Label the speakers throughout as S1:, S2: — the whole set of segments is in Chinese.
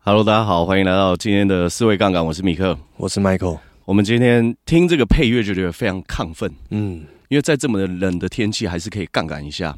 S1: Hello，大家好，欢迎来到今天的思维杠杆，我是米克。
S2: 我是 Michael。
S1: 我们今天听这个配乐就觉得非常亢奋，
S2: 嗯，
S1: 因为在这么冷的天气，还是可以杠杆一下，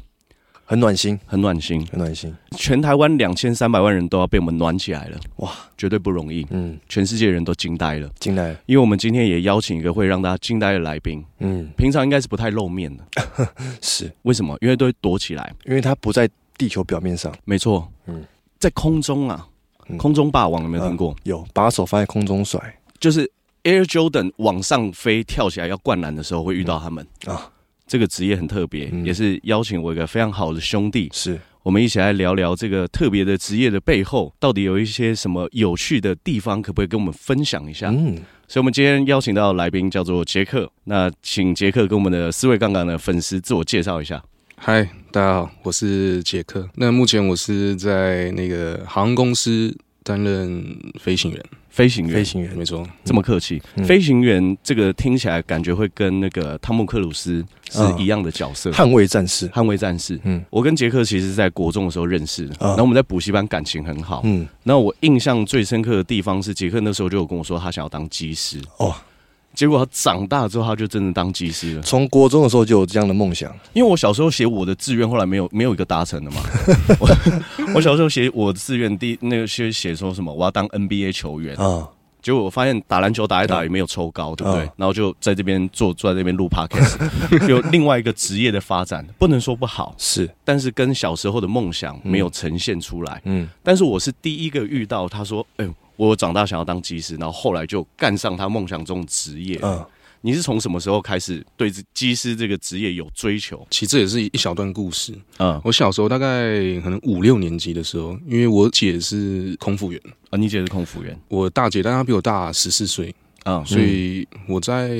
S2: 很暖心，
S1: 很暖心。
S2: 很暖心。
S1: 全台湾两千三百万人都要被我们暖起来了，
S2: 哇，
S1: 绝对不容易，
S2: 嗯，
S1: 全世界人都惊呆了。
S2: 进来了，
S1: 因为我们今天也邀请一个会让大家惊呆的来宾，
S2: 嗯，
S1: 平常应该是不太露面的，
S2: 是
S1: 为什么？因为都会躲起来。
S2: 因为它不在地球表面上，
S1: 没错，嗯
S2: 嗯，
S1: 在空中啊，
S2: 嗯
S1: 空中霸王有没有听过？
S2: 啊有把手放在空中甩
S1: 就是 Air Jordan 往上飞，跳起来要灌篮的时候会遇到他们。
S2: 啊，
S1: 这个职业很特别，
S2: 嗯
S1: 也是邀请我一个非常好的兄弟，
S2: 是
S1: 我们一起来聊聊这个特别的职业的背后，到底有一些什么有趣的地方，可不可以跟我们分享一下？
S2: 嗯，
S1: 所以，我们今天邀请到的来宾叫做杰克，那请杰克跟我们的思维杠杆的粉丝自我介绍一下。
S3: 嗨，大家好，我是杰克。那目前我是在那个航空公司担任飞行员，
S1: 飞行员
S2: 飞，行员
S3: 没错，
S1: 这么客气，
S2: 嗯
S1: 飞行员这个听起来感觉会跟那个汤姆克鲁斯是一样的角色，
S2: 捍卫战士，
S1: 捍卫战士。
S2: 嗯
S1: 我跟杰克其实，在国中的时候认识的，
S2: 嗯
S1: 然后我们在补习班感情很好。
S2: 嗯，
S1: 那我印象最深刻的地方是，杰克那时候就有跟我说他想要当机师，
S2: 哦，
S1: 结果他长大之后他就真的当机师了。
S2: 从国中的时候就有这样的梦想，
S1: 因为我小时候写我的志愿，后来没有没有一个达成的嘛。我我小时候写我的志愿，第那个是写说什么我要当 NBA 球员，
S2: 啊，
S1: 结果我发现打篮球打一打也没有抽高，对不对
S2: 嗯？
S1: 然后就在这边坐坐在这边录 podcast，有 另外一个职业的发展，不能说不好，
S2: 是，
S1: 但是跟小时候的梦想没有呈现出来。
S2: 嗯，
S1: 但是我是第一个遇到他说：“哎、我长大想要当技师。”然后后来就干上他梦想中的职业。
S2: 嗯，
S1: 你是从什么时候开始对这技师这个职业有追求？
S3: 其实这也是一小段故事。
S1: 嗯，
S3: 我小时候大概可能五六年级的时候，因为我姐是空服员，
S1: 啊，你姐是空服员
S3: 我大姐但她比我大十四岁，
S1: 啊，
S3: 所以我在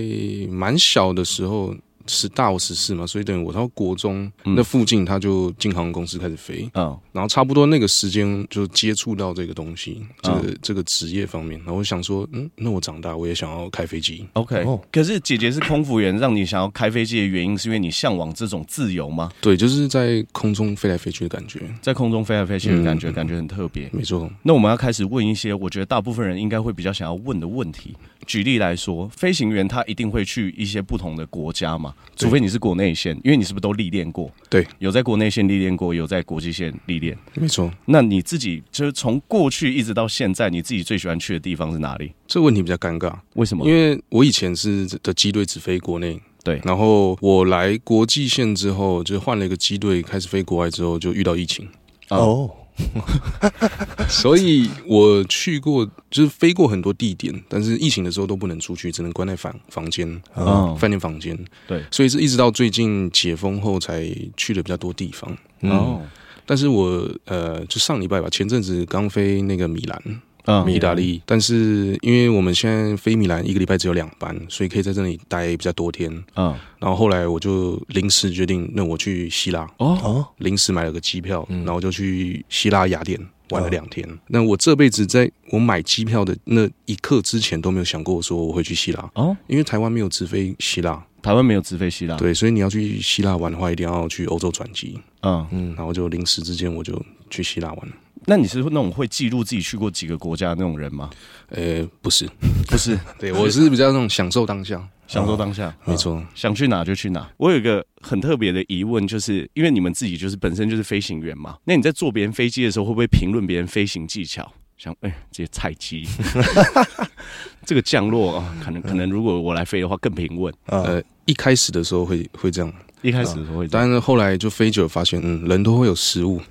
S3: 蛮小的时候。十大我十四嘛，所以等于我到国中、
S1: 嗯
S3: 那附近，她就进航空公司开始飞，
S1: 嗯
S3: 然后差不多那个时间就接触到这个东西，这个、这个职业方面。然后我想说，嗯，那我长大我也想要开飞机。
S1: ，OK
S2: 哦。
S1: 可是姐姐是空服员，让你想要开飞机的原因，是因为你向往这种自由吗？
S3: 对，就是在空中飞来飞去的感觉。
S1: 在空中飞来飞去的感觉，
S3: 嗯
S1: 感觉很特别。
S3: 没错，
S1: 那我们要开始问一些我觉得大部分人应该会比较想要问的问题。举例来说，飞行员他一定会去一些不同的国家嘛，
S3: 对
S1: 除非你是国内线，因为你是不是都历练过？
S3: 对，
S1: 有在国内线历练过，有在国际线历练。
S3: 没错。
S1: 那你自己就是从过去一直到现在，你自己最喜欢去的地方是哪里？
S3: 这个问题比较尴尬，
S1: 为什么？
S3: 因为我以前是的机队只飞国内，
S1: 对
S3: 然后我来国际线之后，就换了一个机队，开始飞国外之后，就遇到疫情，
S1: 啊
S2: 哦，
S3: 所以我去过，就是飞过很多地点，但是疫情的时候都不能出去，只能关在房房间。
S2: 啊，
S3: 饭店房间，
S1: 对
S3: 所以是一直到最近解封后才去的比较多地方。
S2: 嗯，
S1: 哦，
S3: 但是我呃，就上礼拜吧，前阵子刚飞那个米兰，
S1: 嗯
S3: 意大利。但是因为我们现在飞米兰一个礼拜只有两班，所以可以在这里待比较多天。
S1: 嗯，
S3: 然后后来我就临时决定，那我去希腊，
S1: 哦，
S2: 哦，
S3: 临时买了个机票，
S2: 嗯
S3: 然后就去希腊雅典玩了
S2: 哦
S3: 两天。那我这辈子在我买机票的那一刻之前都没有想过说我会去希腊，
S1: 哦，啊
S3: 因为台湾没有直飞希腊。
S1: 台湾没有直飞希腊，，
S3: 对，所以你要去希腊玩的话，一定要去欧洲转机。
S1: 嗯，
S2: 嗯，
S3: 然后就临时之间我就去希腊玩了。
S1: 那你是那种会记录自己去过几个国家的那种人吗？
S3: 呃，不是，
S1: 不 是，啊
S3: 对我是比较那种享受当下，
S1: 享受当下。
S3: 没错，
S1: 想去哪就去哪。我有一个很特别的疑问，就是因为你们自己就是本身就是飞行员嘛，那你在坐别人飞机的时候，会不会评论别人飞行技巧？想，哎、这些菜鸡，这个降落啊，可能可能如果我来飞的话更平稳。
S2: 啊，
S3: 呃，一开始的时候会会这样，
S1: 一开始的时候会这样，
S3: 但是后来就飞久了发现，嗯，人都会有失误，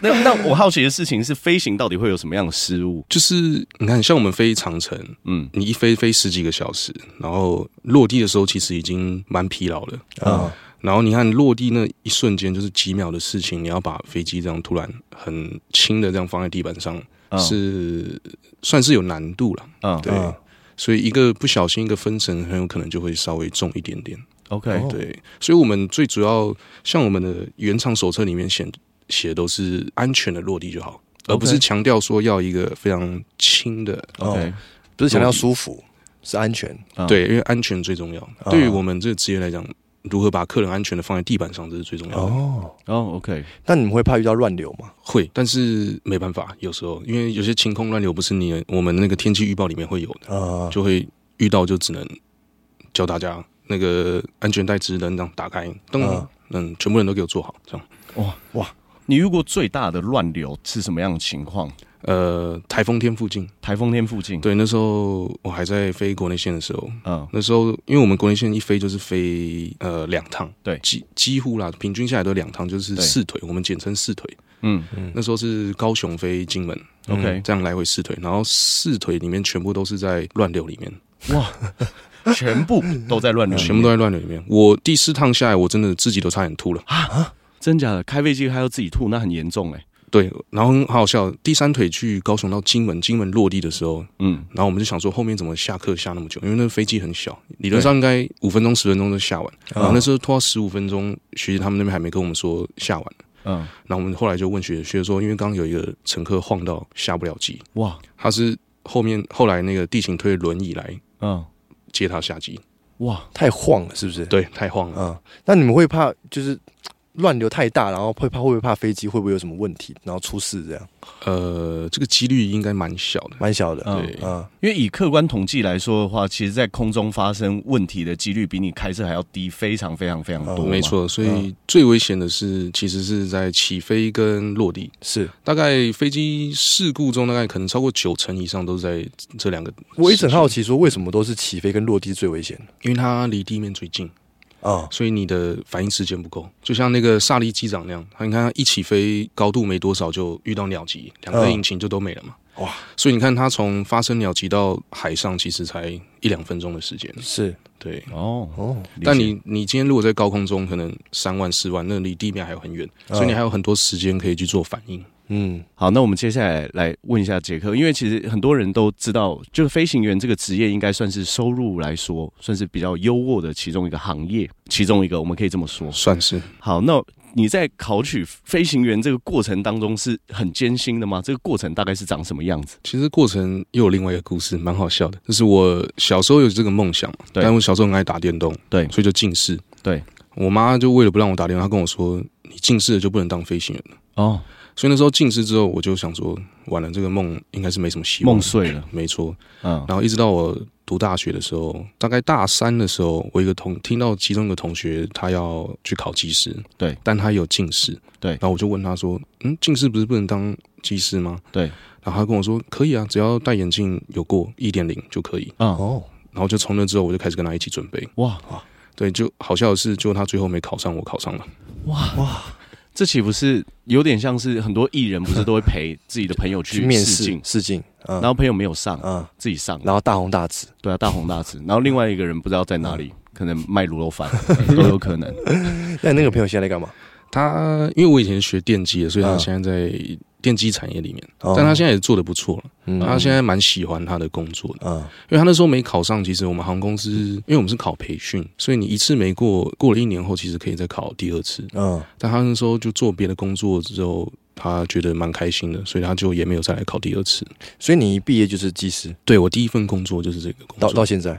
S1: 那那我好奇的事情是，飞行到底会有什么样的失误？
S3: 就是你看，像我们飞长城，
S1: 嗯，
S3: 你一飞飞十几个小时，然后落地的时候其实已经蛮疲劳了，
S2: 啊，
S3: 然后你看落地那一瞬间就是几秒的事情，你要把飞机这样突然很轻的这样放在地板上，
S1: 嗯，
S3: 是算是有难度了。
S1: 嗯，
S3: 对
S2: 啊
S3: 所以一个不小心，一个分神，很有可能就会稍微重一点点。
S1: ，OK，
S2: 哦
S3: 对，所以我们最主要像我们的原厂手册里面写写的都是安全的落地就好，而不是强调说要一个非常轻的。
S1: OK，
S2: 不是强调舒服，是安全，
S1: 嗯
S2: 啊
S3: 对，因为安全最重要。对于我们这个职业来讲，如何把客人安全的放在地板上，这是最重要的。
S2: 哦，
S1: 哦，OK，
S2: 那你们会怕遇到乱流吗？
S3: 会，但是没办法，有时候因为有些晴空乱流不是你我们那个天气预报里面会有的，
S2: 啊，
S3: 就会遇到就只能教大家那个安全带只能这样打开，噔，
S2: 啊
S3: 嗯，全部人都给我做好这样。
S1: 你遇过最大的乱流是什么样的情况？
S3: 呃，台风天附近，
S1: 台风天附
S2: 嗯
S1: 近，，
S3: 对，那时候我还在飞国内线的时候，
S1: 嗯，
S3: 那时候因为我们国内线一飞就是飞呃两趟，
S1: 对
S3: 几几乎啦，平均下来都两趟，就是
S1: 对
S3: 四腿，我们简称四腿。
S1: 嗯
S3: 那时候是高雄飞金门嗯
S1: OK
S3: 这样来回四腿，然后四腿里面全部都是在乱流里面，
S1: 哇，全部都在乱流，
S3: 全部都在乱流里面。我第四趟下来，我真的自己都差点吐了。
S1: 真假的？开飞机还要自己吐，那很严重哎、
S3: 对，然后很好笑，第三腿去高雄到金门，金门落地的时候，
S1: 嗯，
S3: 然后我们就想说后面怎么下课下那么久，因为那个飞机很小，理论上应该五分钟十分钟就下完，
S2: 啊
S3: 然后那时候拖到十五分钟，学姐他们那边还没跟我们说下完。
S1: 嗯，
S3: 然后我们后来就问学姐，学姐说，因为刚刚有一个乘客晃到下不了机，
S1: 哇，
S3: 他是后面后来那个地勤推轮椅来
S1: 嗯，
S3: 接他下机，
S1: 哇，
S2: 太晃了，是不是？
S3: 对，太晃了。
S2: 啊，那你们会怕就是乱流太大，然后会怕会不会怕飞机会不会有什么问题，然后出事这样？
S3: 呃，这个几率应该蛮小的，
S2: 蛮小的，
S1: 嗯
S3: 对，
S2: 啊，
S1: 因为以客观统计来说的话，其实，在空中发生问题的几率比你开车还要低，非常非常非常多、
S2: 嗯
S3: 没，错。所以哦最危险的是，其实是在起飞跟落地，
S2: 是
S3: 大概飞机事故中大概可能超过九成以上都是在这两个，
S2: 我一直很好奇，说为什么都是起飞跟落地最危险的
S3: 因为它离地面最近，
S2: 啊？
S3: 所以你的反应时间不够。就像那个萨利机长那样，他你看他一起飞高度没多少就遇到鸟击，两个
S2: 嗯
S3: 引擎就都没了嘛。
S2: 哇！
S3: 所以你看他从发生鸟击到海上，其实才一两分钟的时间。
S2: 是
S3: 对，
S1: 哦，
S2: 哦，
S1: 理解
S3: 但你你今天如果在高空中，可能三万四万，那离地面还有很远，
S1: 啊
S3: 所以你还有很多时间可以去做反应。
S2: 嗯，
S1: 好，那我们接下来来问一下杰克，因为其实很多人都知道，就是飞行员这个职业应该算是收入来说算是比较优渥的其中一个行业，其中一个我们可以这么说。
S3: 算是
S1: 好，那你在考取飞行员这个过程当中是很艰辛的吗？这个过程大概是长什么样子？
S3: 其实过程又有另外一个故事，蛮好笑的。就是我小时候有这个梦想嘛，
S1: 对
S3: 但我小时候很爱打电动，
S1: 对
S3: 所以就近视。
S1: 对，
S3: 我妈就为了不让我打电动，她跟我说：“你近视了就不能当飞行员了。
S1: 哦，”
S3: 所以那时候近视之后，我就想说，完了，这个梦应该是没什么希望。
S1: 梦碎了，
S3: 没错。
S1: 嗯，
S3: 然后一直到我读大学的时候，大概大三的时候，我一个同听到其中一个同学他要去考技师，
S1: 对，
S3: 但他有近视，
S1: 对
S3: 然后我就问他说：“嗯，近视不是不能当技师吗？”
S1: 对，
S3: 然后他跟我说：“可以啊，只要戴眼镜有过一点零就可以。
S1: 嗯，
S2: 哦，”
S3: 然后就从那之后，我就开始跟他一起准备。
S1: 哇，
S3: 对，就好笑的是，就他最后没考上，我考上了。
S1: 这岂不是有点像是很多艺人不是都会陪自己的朋友去
S2: 去面
S1: 试
S2: 试
S1: 镜，
S2: 试镜，啊
S1: 然后朋友没有上，
S2: 啊，
S1: 自己上，
S2: 然后大红大紫，
S1: 对啊，大红大紫，然后另外一个人不知道在哪里，可能卖卤肉饭都有可能。
S2: 那你那个朋友现在在干嘛？
S3: 他因为我以前学电机的，所以他
S2: 嗯
S3: 现在在电机产业里面，
S2: 哦
S3: 但他现在也做的不错了。
S2: 嗯
S3: 他现在蛮喜欢他的工作的，
S2: 啊，
S3: 因为他那时候没考上，其实我们航空公司，因为我们是考培训，所以你一次没过，过了一年后，其实可以再考第二次。
S2: 嗯，
S3: 但他那时候就做别的工作之后，他觉得蛮开心的，所以他就也没有再来考第二次。
S2: 所以你一毕业就是技师，
S3: 对我第一份工作就是这个工
S2: 到
S3: 作，
S2: 到现在，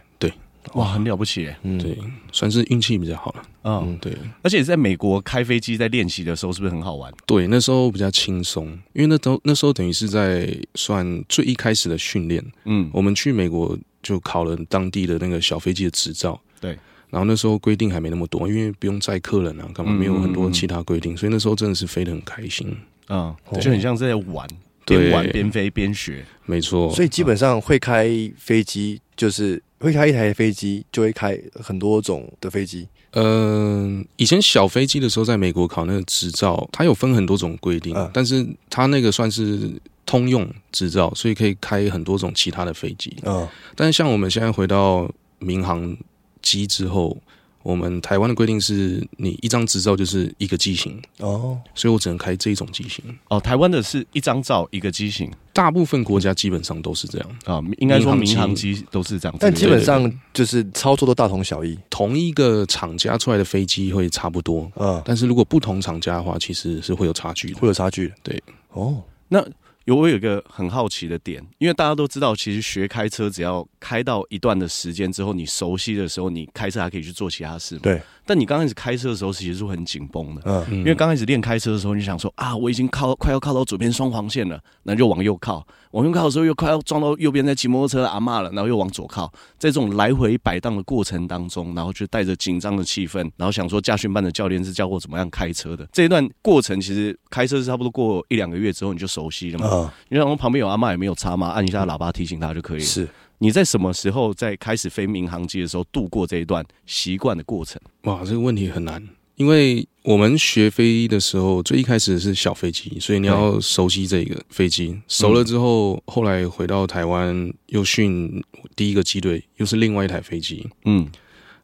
S1: 哇，很了不起耶！
S2: 嗯，
S3: 对，算是运气比较好了。
S2: 哦
S1: 嗯，
S3: 对
S1: 而且在美国开飞机在练习的时候，是不是很好玩？
S3: 对，那时候比较轻松，因为那时候那时候等于是在算最一开始的训练，
S1: 嗯，
S3: 我们去美国就考了当地的那个小飞机的执照。
S1: 对。
S3: 然后那时候规定还没那么多，因为不用载客人啊，干嘛
S1: 嗯
S3: 没有很多
S1: 嗯嗯
S3: 其他规定，所以那时候真的是飞得很开心。
S1: 嗯，
S2: 哦
S1: 就很像是在玩，
S3: 对
S1: 边玩边飞边学。
S3: 没错，
S2: 所以基
S3: 本。
S2: 本上会开飞机，就是会开一台飞机，就会开很多种的飞机。
S3: 嗯，以前小飞机的时候，在美国考那个执照，它有分很多种规定，
S2: 嗯
S3: 但是它那个算是通用执照，所以可以开很多种其他的飞机。
S2: 嗯，
S3: 但是像我们现在回到民航机之后，我们台湾的规定是你一张执照就是一个机型，
S2: 哦，
S3: 所以我只能开这一种机型。
S1: 哦，台湾的是一张照一个机型
S3: 大部分国家基本上都是这样，
S1: 啊，应该说民
S3: 民
S1: 航
S3: 航
S1: 机都是这样子。
S2: 但基本上就是操作都大同小异。
S3: 同一个厂家出来的飞机会差不多，
S2: 嗯，
S3: 但是如果不同厂家的话，其实是会有差距的。
S2: 会有差距的。
S3: 对，
S2: 哦，
S1: 那有我有一个很好奇的点，因为大家都知道，其实学开车只要开到一段的时间之后，你熟悉的时候，你开车还可以去做其他事嘛。
S2: 对。
S1: 但你刚开始开车的时候，其实是会很紧绷的，
S2: 嗯，
S3: 因
S1: 因为刚开始练开车的时候，你想说啊，我已经靠快要靠到左边双黄线了，那就往右靠，往右靠的时候又快要撞到右边在骑摩托车的阿嬷了，然后又往左靠，在这种来回摆荡的过程当中，然后就带着紧张的气氛，然后想说驾训班的教练是教我怎么样开车的。这一段过程其实开车是差不多过一两个月之后你就熟悉了嘛，
S2: 啊，
S1: 你想说旁边有阿嬷也没有差嘛，按一下喇叭提醒他就可以了。
S2: 是
S1: 你在什么时候在开始飞民航机的时候度过这一段习惯的过程？
S3: 哇，这个问题很难，因为我们学飞的时候，最一开始是小飞机，所以你要熟悉这个飞机。熟
S1: 嗯
S3: 了之后，后来回到台湾又训第一个机队，又是另外一台飞机，
S1: 嗯，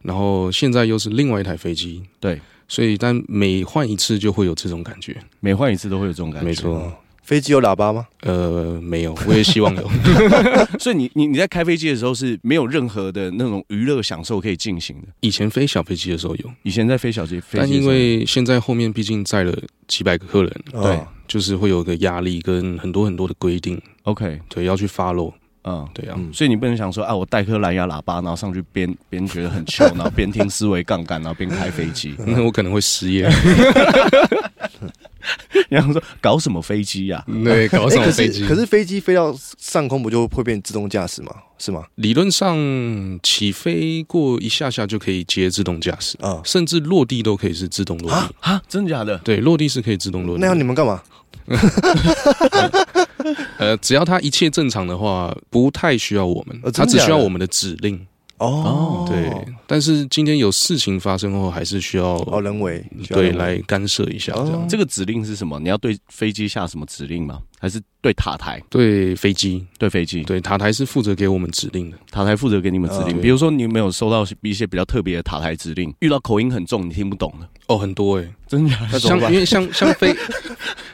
S3: 然后现在又是另外一台飞机，
S1: 对，
S3: 所以但每换一次就会有这种感觉。
S1: 每换一次都会有这种感觉。
S3: 没错，
S2: 嗯飞机有喇叭吗？
S3: 呃，没有，我也希望有。
S1: 所以你你你在开飞机的时候是没有任何的那种娱乐享受可以进行的。
S3: 以前飞小飞机的时候有，
S1: 以前在飞小机，飞
S3: 但
S1: 机的时
S3: 因
S1: 候
S3: 为现在后面毕竟载了几百个客人，
S1: 对
S2: 嗯
S3: 就是会有个压力跟很多很多的规定，
S1: OK，
S3: 对，要去 follow，
S1: 嗯。
S3: 对啊。
S2: 嗯
S1: 所以你不能想说啊，我带颗蓝牙喇叭，然后上去边边觉得很糗，然后边听思维杠杆，然后边开飞机。
S3: 那我可能会失业，
S1: 然后说搞什么飞机呀、
S3: 对，搞什
S2: 诶
S3: 么
S2: 可
S3: 飞
S2: 是
S3: 机？
S2: 可是飞机飞到上空不就会变自动驾驶吗？是吗？
S3: 理论上起飞过一下下就可以接自动驾驶，
S2: 啊，
S3: 甚至落地都可以是自动落地。
S1: 啊？真的假的？
S3: 对，落地是可以自动落地
S2: 那要
S3: 的。
S2: 你们干嘛？
S3: 呃，只要它一切正常的话，不太需要我们
S2: 呃，
S3: 它
S2: 真的
S3: 只需要
S2: 假的
S3: 我们的指令。
S2: 哦，
S3: 对，但是今天有事情发生后，还是需要
S2: 哦，人为需要
S3: 对
S2: 人为
S3: 来干涉一下这样。
S2: 哦
S1: 这个指令是什么？你要对飞机下什么指令吗？还是对塔台？
S3: 对飞机，
S1: 对飞机？
S3: 对塔台是负责给我们指令的。
S1: 塔台负责给你们指令。
S3: 嗯
S1: 比如说，你有没有收到一些比较特别的塔台指令？遇到口音很重，你听不懂的，
S3: 哦，很多哎、
S1: 真的假的？
S2: 那怎
S3: 像
S2: 么办
S3: 因为像像飞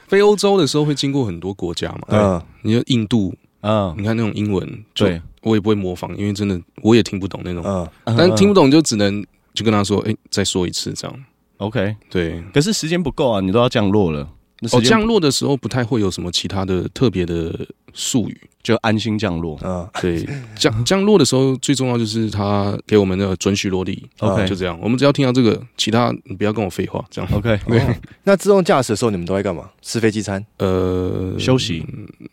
S3: 飞欧洲的时候会经过很多国家嘛，
S2: 嗯，
S3: 你说印度，
S1: 嗯，
S3: 你看那种英文，就
S1: 对，
S3: 我也不会模仿，因为真的我也听不懂那种，
S2: 嗯，
S3: 但听不懂就只能就跟他说，哎、再说一次这样。
S1: OK，
S3: 对，
S1: 可是时间不够啊，你都要降落了，那时
S3: 哦，
S1: 间
S3: 降落的时候不太会有什么其他的特别的术语。
S1: 就安心降落。
S2: 嗯，
S3: 对，降降落的时候最重要就是他给我们的准许落地，
S1: OK
S3: 哦就这样。我们只要听到这个，其他你不要跟我废话，这样。
S1: OK，
S2: 哦那自动驾驶的时候你们都在干嘛？吃飞机餐？
S3: 呃，
S1: 休息。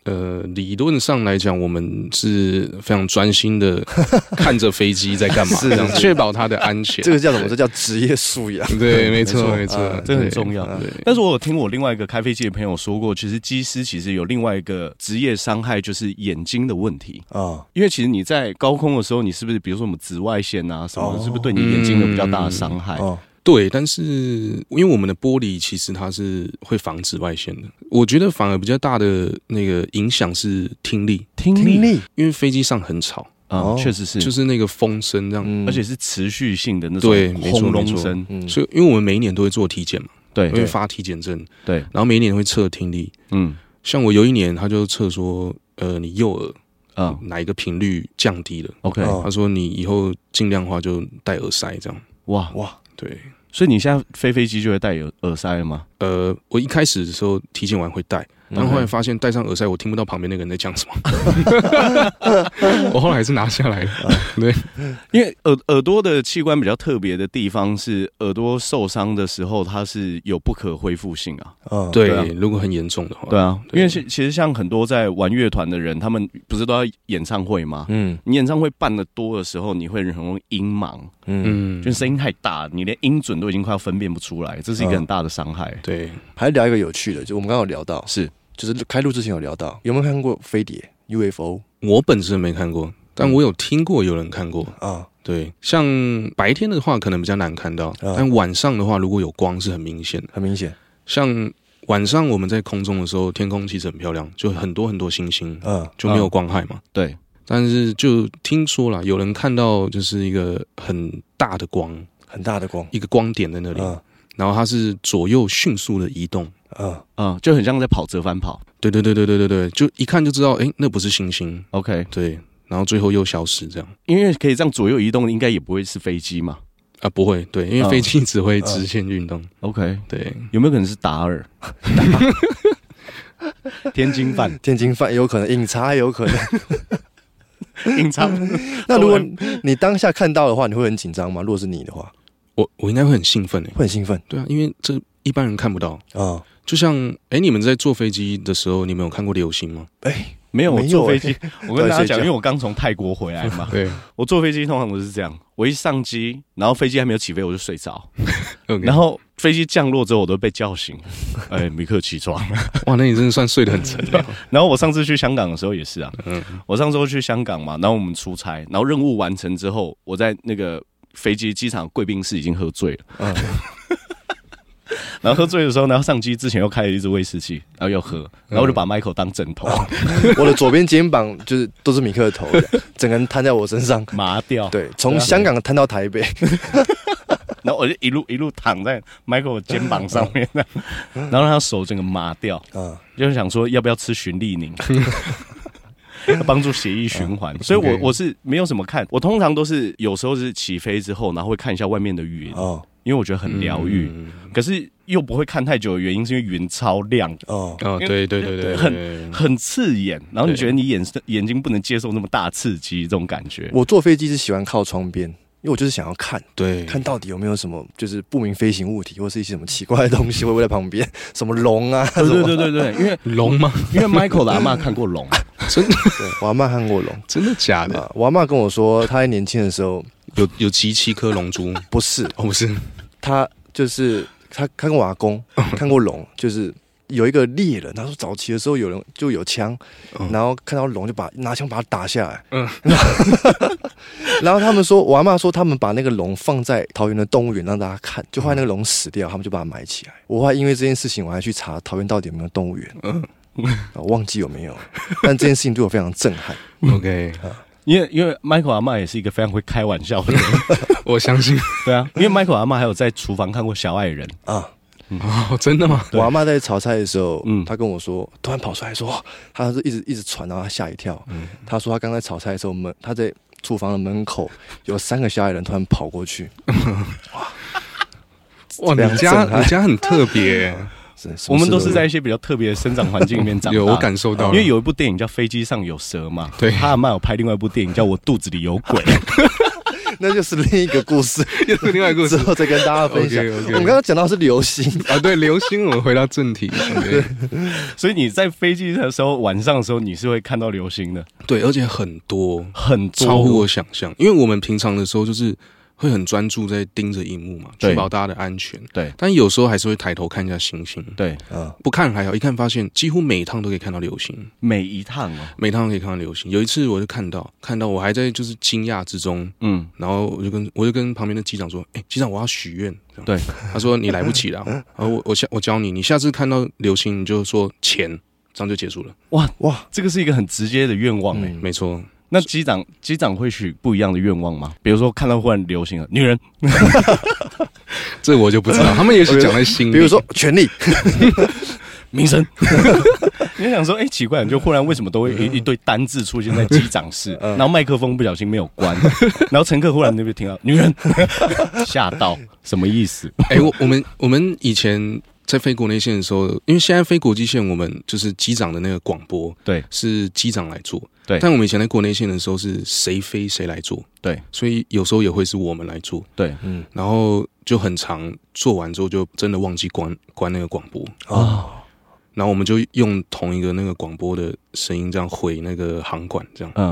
S3: 呃，理论上来讲，我们是非常专心的看着飞机在干 嘛，
S2: 是
S3: 这样
S2: 是是
S3: 确保它的安全。
S2: 这个叫什么？这叫职业素养。
S3: 对，没
S2: 没
S3: 错，
S2: 错
S3: 没错
S2: 啊，
S1: 这很
S3: 对
S1: 重要
S3: 对，
S1: 但是我有听我另外一个开飞机的朋友说过，其实机师其实有另外一个职业伤害，就是眼睛的问题。
S2: 啊，
S1: 因为其实你在高空的时候，你是不是比如说我们紫外线啊什么的，
S2: 哦
S1: 是不是对你眼睛有比较大的伤害？
S3: 嗯
S2: 哦，
S3: 对，但是因为我们的玻璃其实它是会防紫外线的，我觉得反而比较大的那个影响是听力，
S1: 听
S2: 听力，
S3: 因为飞机上很吵，
S1: 啊，
S2: 哦
S1: 确实是，
S3: 就是那个风声这样。
S2: 嗯
S1: 而且是持续性的那种
S3: 对没错
S1: 轰
S3: 没
S1: 隆
S3: 错
S1: 声，
S2: 嗯
S3: 所以，因为我们每一年都会做体检嘛，
S1: 对
S3: 会发体检证，
S1: 对，
S3: 然后每一年会测听力。
S1: 嗯
S3: 像我有一年，他就测说，呃，你右耳
S1: 啊
S3: 哪一个频率降低了？
S1: ，OK，
S2: 哦
S3: 他说你以后尽量的话就戴耳塞这样。
S1: 哇，
S2: 哇，
S3: 对，
S1: 所以你现在飞飞机就会戴耳耳塞了吗？
S3: 呃，我一开始的时候体检完会戴，
S1: 嗯
S3: 但后来发现戴上耳塞，我听不到旁边那个人在讲 什么。我后来还是拿下来了。
S1: 因为耳耳朵的器官比较特别的地方是，耳朵受伤的时候它是有不可恢复性啊。
S2: 嗯，
S3: 对，
S1: 对啊
S3: 如果很严重的话，
S1: 对啊，
S3: 哦对
S1: 因为其其实像很多在玩乐团的人，他们不是都要演唱会吗？
S2: 嗯
S1: 你演唱会办的多的时候，你会很容易音盲，
S2: 嗯，
S3: 嗯，
S1: 就是声音太大，你连音准都已经快要分辨不出来，这是一个很大的伤害。
S3: 对，
S2: 还是聊一个有趣的，就我们刚刚有聊到，
S1: 是
S2: 就是开录之前有聊到，有没有看过飞碟 UFO
S3: 我本身没看过，但我有听过有人看过。
S2: 啊？
S3: 对，像白天的话可能比较难看到，
S1: 啊
S2: 嗯
S3: 但晚上的话如果有光是很明显的。
S2: 很明显，
S3: 像晚上我们在空中的时候，天空其实很漂亮，就很多很多星星，
S2: 嗯，
S3: 就没有光害嘛。
S1: 对，
S3: 但是就听说了，有人看到就是一个很大的光，
S2: 很大的光，
S3: 一个光点在那里，
S2: 嗯
S3: 然后它是左右迅速的移动。
S2: 嗯，
S1: 啊、就很像在跑折返跑。
S3: 对对对对对对对，就一看就知道，哎，那不是星星。
S1: OK，
S3: 对，然后最后又消失这样
S1: 因为可以这样左右移动的，应该也不会是飞机嘛。
S3: 啊？不会，对，因为
S1: 嗯
S3: 飞机只会直线运动。
S1: OK，
S3: 对，
S1: 有没有可能是达尔？ 天津饭
S2: 天津饭也有可能，饮茶也有可能。
S1: 隐藏。
S2: 那如果你当下看到的话，你会很紧张吗？如果是你的话，
S3: 我我应该会很兴奋诶、
S2: 会很兴奋
S3: 对啊，因为这一般人看不到。
S2: 啊！
S3: 就像哎、你们在坐飞机的时候，你们有看过流星吗？
S2: 哎，
S1: 没有，我
S2: 没有
S1: 坐
S2: 欸
S1: 飞 机，我跟大家
S2: 谁
S1: 讲，
S2: 讲
S1: 因为我刚从泰国回来嘛，
S3: 对
S1: 我坐飞机通常我是这样，我一上机，然后飞机还没有起飞我就睡着，
S3: ，OK。
S1: 然后飞机降落之后我都被叫醒，哎，米克起床。
S3: 哇，那你真的算睡得很沉的。
S1: 然后我上次去香港的时候也是啊，
S3: 嗯
S1: 我上周去香港嘛，然后我们出差，然后任务完成之后，我在那个飞机机场贵宾室已经喝醉了，
S2: 嗯
S1: 然后喝醉的时候，然后上机之前又开了一支威士忌，然后又喝，然后我就
S2: 嗯
S1: 把 Michael 当枕 头
S2: 我的左边肩膀就是都是米克的头，这样整个人摊在我身上。
S1: 麻掉，，
S2: 对，从香港摊到台北，
S1: 然后我就一路一路躺在 Michael 的肩膀上面，
S2: 嗯
S1: 然后让他手整个麻掉，
S2: 啊，
S1: 就是想说要不要吃循利 宁，要帮助血液循环。
S2: 嗯
S1: 所以我
S3: OK
S1: 我是没有什么看，我通常都是有时候是起飞之后，然后会看一下外面的云，
S2: 哦
S1: 因为我觉得很疗愈。
S3: 嗯
S2: 嗯
S1: 可是又不会看太久的原因，是因为云超亮，
S2: 哦，
S3: 哦，对对对对，
S1: 很
S2: 嗯
S3: 对
S1: 很刺眼，然后你
S3: 对
S1: 觉得你眼神眼睛不能接受那么大刺激，这种感觉。
S2: 我坐飞机是喜欢靠窗边，因为我就是想要看
S3: 对，
S2: 看到底有没有什么就是不明飞行物体，或是一些什么奇怪的东西会不会在旁边， 什么龙啊，
S1: 对对对对对， 因为
S3: 龙吗？
S1: 因为 Michael 的阿妈看过龙，
S3: 真的
S2: 对，我阿妈看过龙
S3: 真的假的？
S2: 啊，我阿妈跟我说，她在年轻的时候
S3: 有有集七颗龙珠？
S2: 不是，
S3: 哦，不是，
S2: 她就是她看过我阿公
S3: 嗯
S2: 看过龙，就是。有一个猎人，他说早期的时候有人就有枪，
S3: 嗯
S2: 然后看到龙就把拿枪把它打下来。
S3: 嗯
S2: 然后他们说，我阿妈说他们把那个龙放在桃园的动物园让大家看，就后来那个龙死
S3: 嗯
S2: 掉，他们就把它埋起来。我还因为这件事情，我还去查桃园到底有没有动物园，
S3: 嗯
S2: 啊我忘记有没有。但这件事情对我非常震撼。
S3: 嗯，OK，
S1: 因为因为 Michael 阿妈也是一个非常会开玩笑的 人，
S3: 我相信。
S1: 对啊，因为 Michael 阿妈还有在厨房看过小矮人，
S2: 啊！
S3: 哦，真的吗？
S1: 对
S2: 我阿妈在炒菜的时候，
S1: 嗯
S2: 她跟我说，突然跑出来说，哇她是一直一直喘，然后她吓一跳。
S1: 嗯
S2: 她说她刚才炒菜的时候，门她在厨房的门口有三个小矮人突然跑过去，
S3: 哇，
S2: 非常
S3: 你家
S2: 震撼
S3: 你家很特 别，
S2: 是什
S1: 我
S2: 么
S1: 们
S2: 事
S1: 都是
S2: 有
S1: 在一些比较特别的生长环境里面长大。
S3: 有我感受到了，
S1: 因为有一部电影叫《飞机上有蛇》嘛，
S3: 对
S1: 他阿曼有拍另外一部电影叫《我肚子里有鬼》，
S2: 那就是另一个故 事，
S3: 又是 另外一个故
S2: 之
S3: 事
S2: 后再跟大家分享。
S3: OK，OK
S2: 我们刚刚讲到是流星，
S3: 啊。对，流星，我们回到正 题。对
S1: 所以你在飞机的时候，晚上的时候你是会看到流星的，
S3: 对，而且很多，
S1: 很多
S3: 超乎我想象，因为我们平常的时候就是会很专注在盯着荧幕嘛，
S1: 对
S3: 确保大家的安全。
S1: 对
S3: 但有时候还是会抬头看一下星星，
S1: 对
S2: 啊，
S3: 不看还好，一看发现几乎每一趟都可以看到流星，
S1: 每一趟哦，
S3: 每一趟都可以看到流星。有一次我就看到，看到我还在就是惊讶之中，
S1: 嗯，
S3: 然后我就跟我就跟旁边的机长说：“哎、机长，我要许愿。”这样
S1: 对，
S3: 他说：“你来不及了。”然后我我下我教你，你下次看到流星你就说钱，这样就结束了。
S2: 哇，
S1: 这个是一个很直接的愿望哎、
S2: 嗯
S3: 没错，
S1: 那机长机长会许不一样的愿望吗？比如说看到忽然流星了，女人，
S3: 这我就不知道，他们也许讲在
S1: 嗯
S3: 心里。
S2: 比如说权力，
S1: 民生， 你就想说，哎、奇怪，你就忽然为什么都会
S3: 嗯
S1: 一一堆单字出现在机长室，然后麦克风不小心没有 关，然后乘客忽然那边听到女人， 吓到，什么意思？
S3: 哎、我我们我们以前在飞国内线的时候，因为现在飞国际线，我们就是机长的那个广播
S1: 对
S3: 是机长来做，
S1: 对
S3: 但我们以前在国内线的时候是谁飞谁来做，
S1: 对
S3: 所以有时候也会是我们来做，
S1: 对，
S2: 嗯
S3: 然后就很长，做完之后就真的忘记关关那个广播，
S2: 啊，
S3: 然后我们就用同一个那个广播的声音这样回那个航管这样，
S1: 嗯，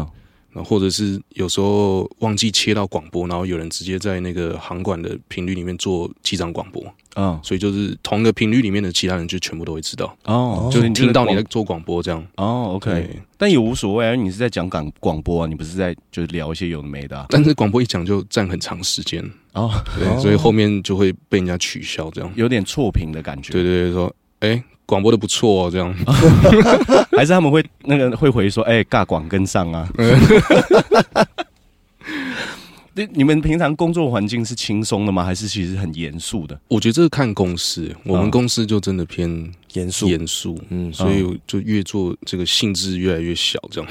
S3: 然后或者是有时候忘记切到广播，然后有人直接在那个航管的频率里面做机长广播。
S1: 嗯
S3: 所以就是同一个频率里面的其他人就全部都会知道，
S1: 哦，
S3: 就是听到你在
S1: 的
S3: 做广播这样。
S1: 哦，OK，
S3: 对，
S1: 但也无所谓啊，因为你是在讲广广播啊，你不是在就是聊一些有的没的啊
S3: 但是广播一讲就占很长时间，
S1: 哦，
S3: 对，
S2: 哦
S3: 所以后面就会被人家取消这样。
S1: 有点错评的感觉。
S3: 对对对，说哎，诶广播的不错哦，这样。
S2: 啊
S1: 还是他们会那个会回说，哎、尬广跟上啊。那你们平常工作环境是轻松的吗？还是其实很严肃的？
S3: 我觉得这个看公司，我们公司就真的偏
S2: 严肃，
S3: 严肃，
S2: 嗯，
S3: 所以就越做这个性质越来越小，这 样。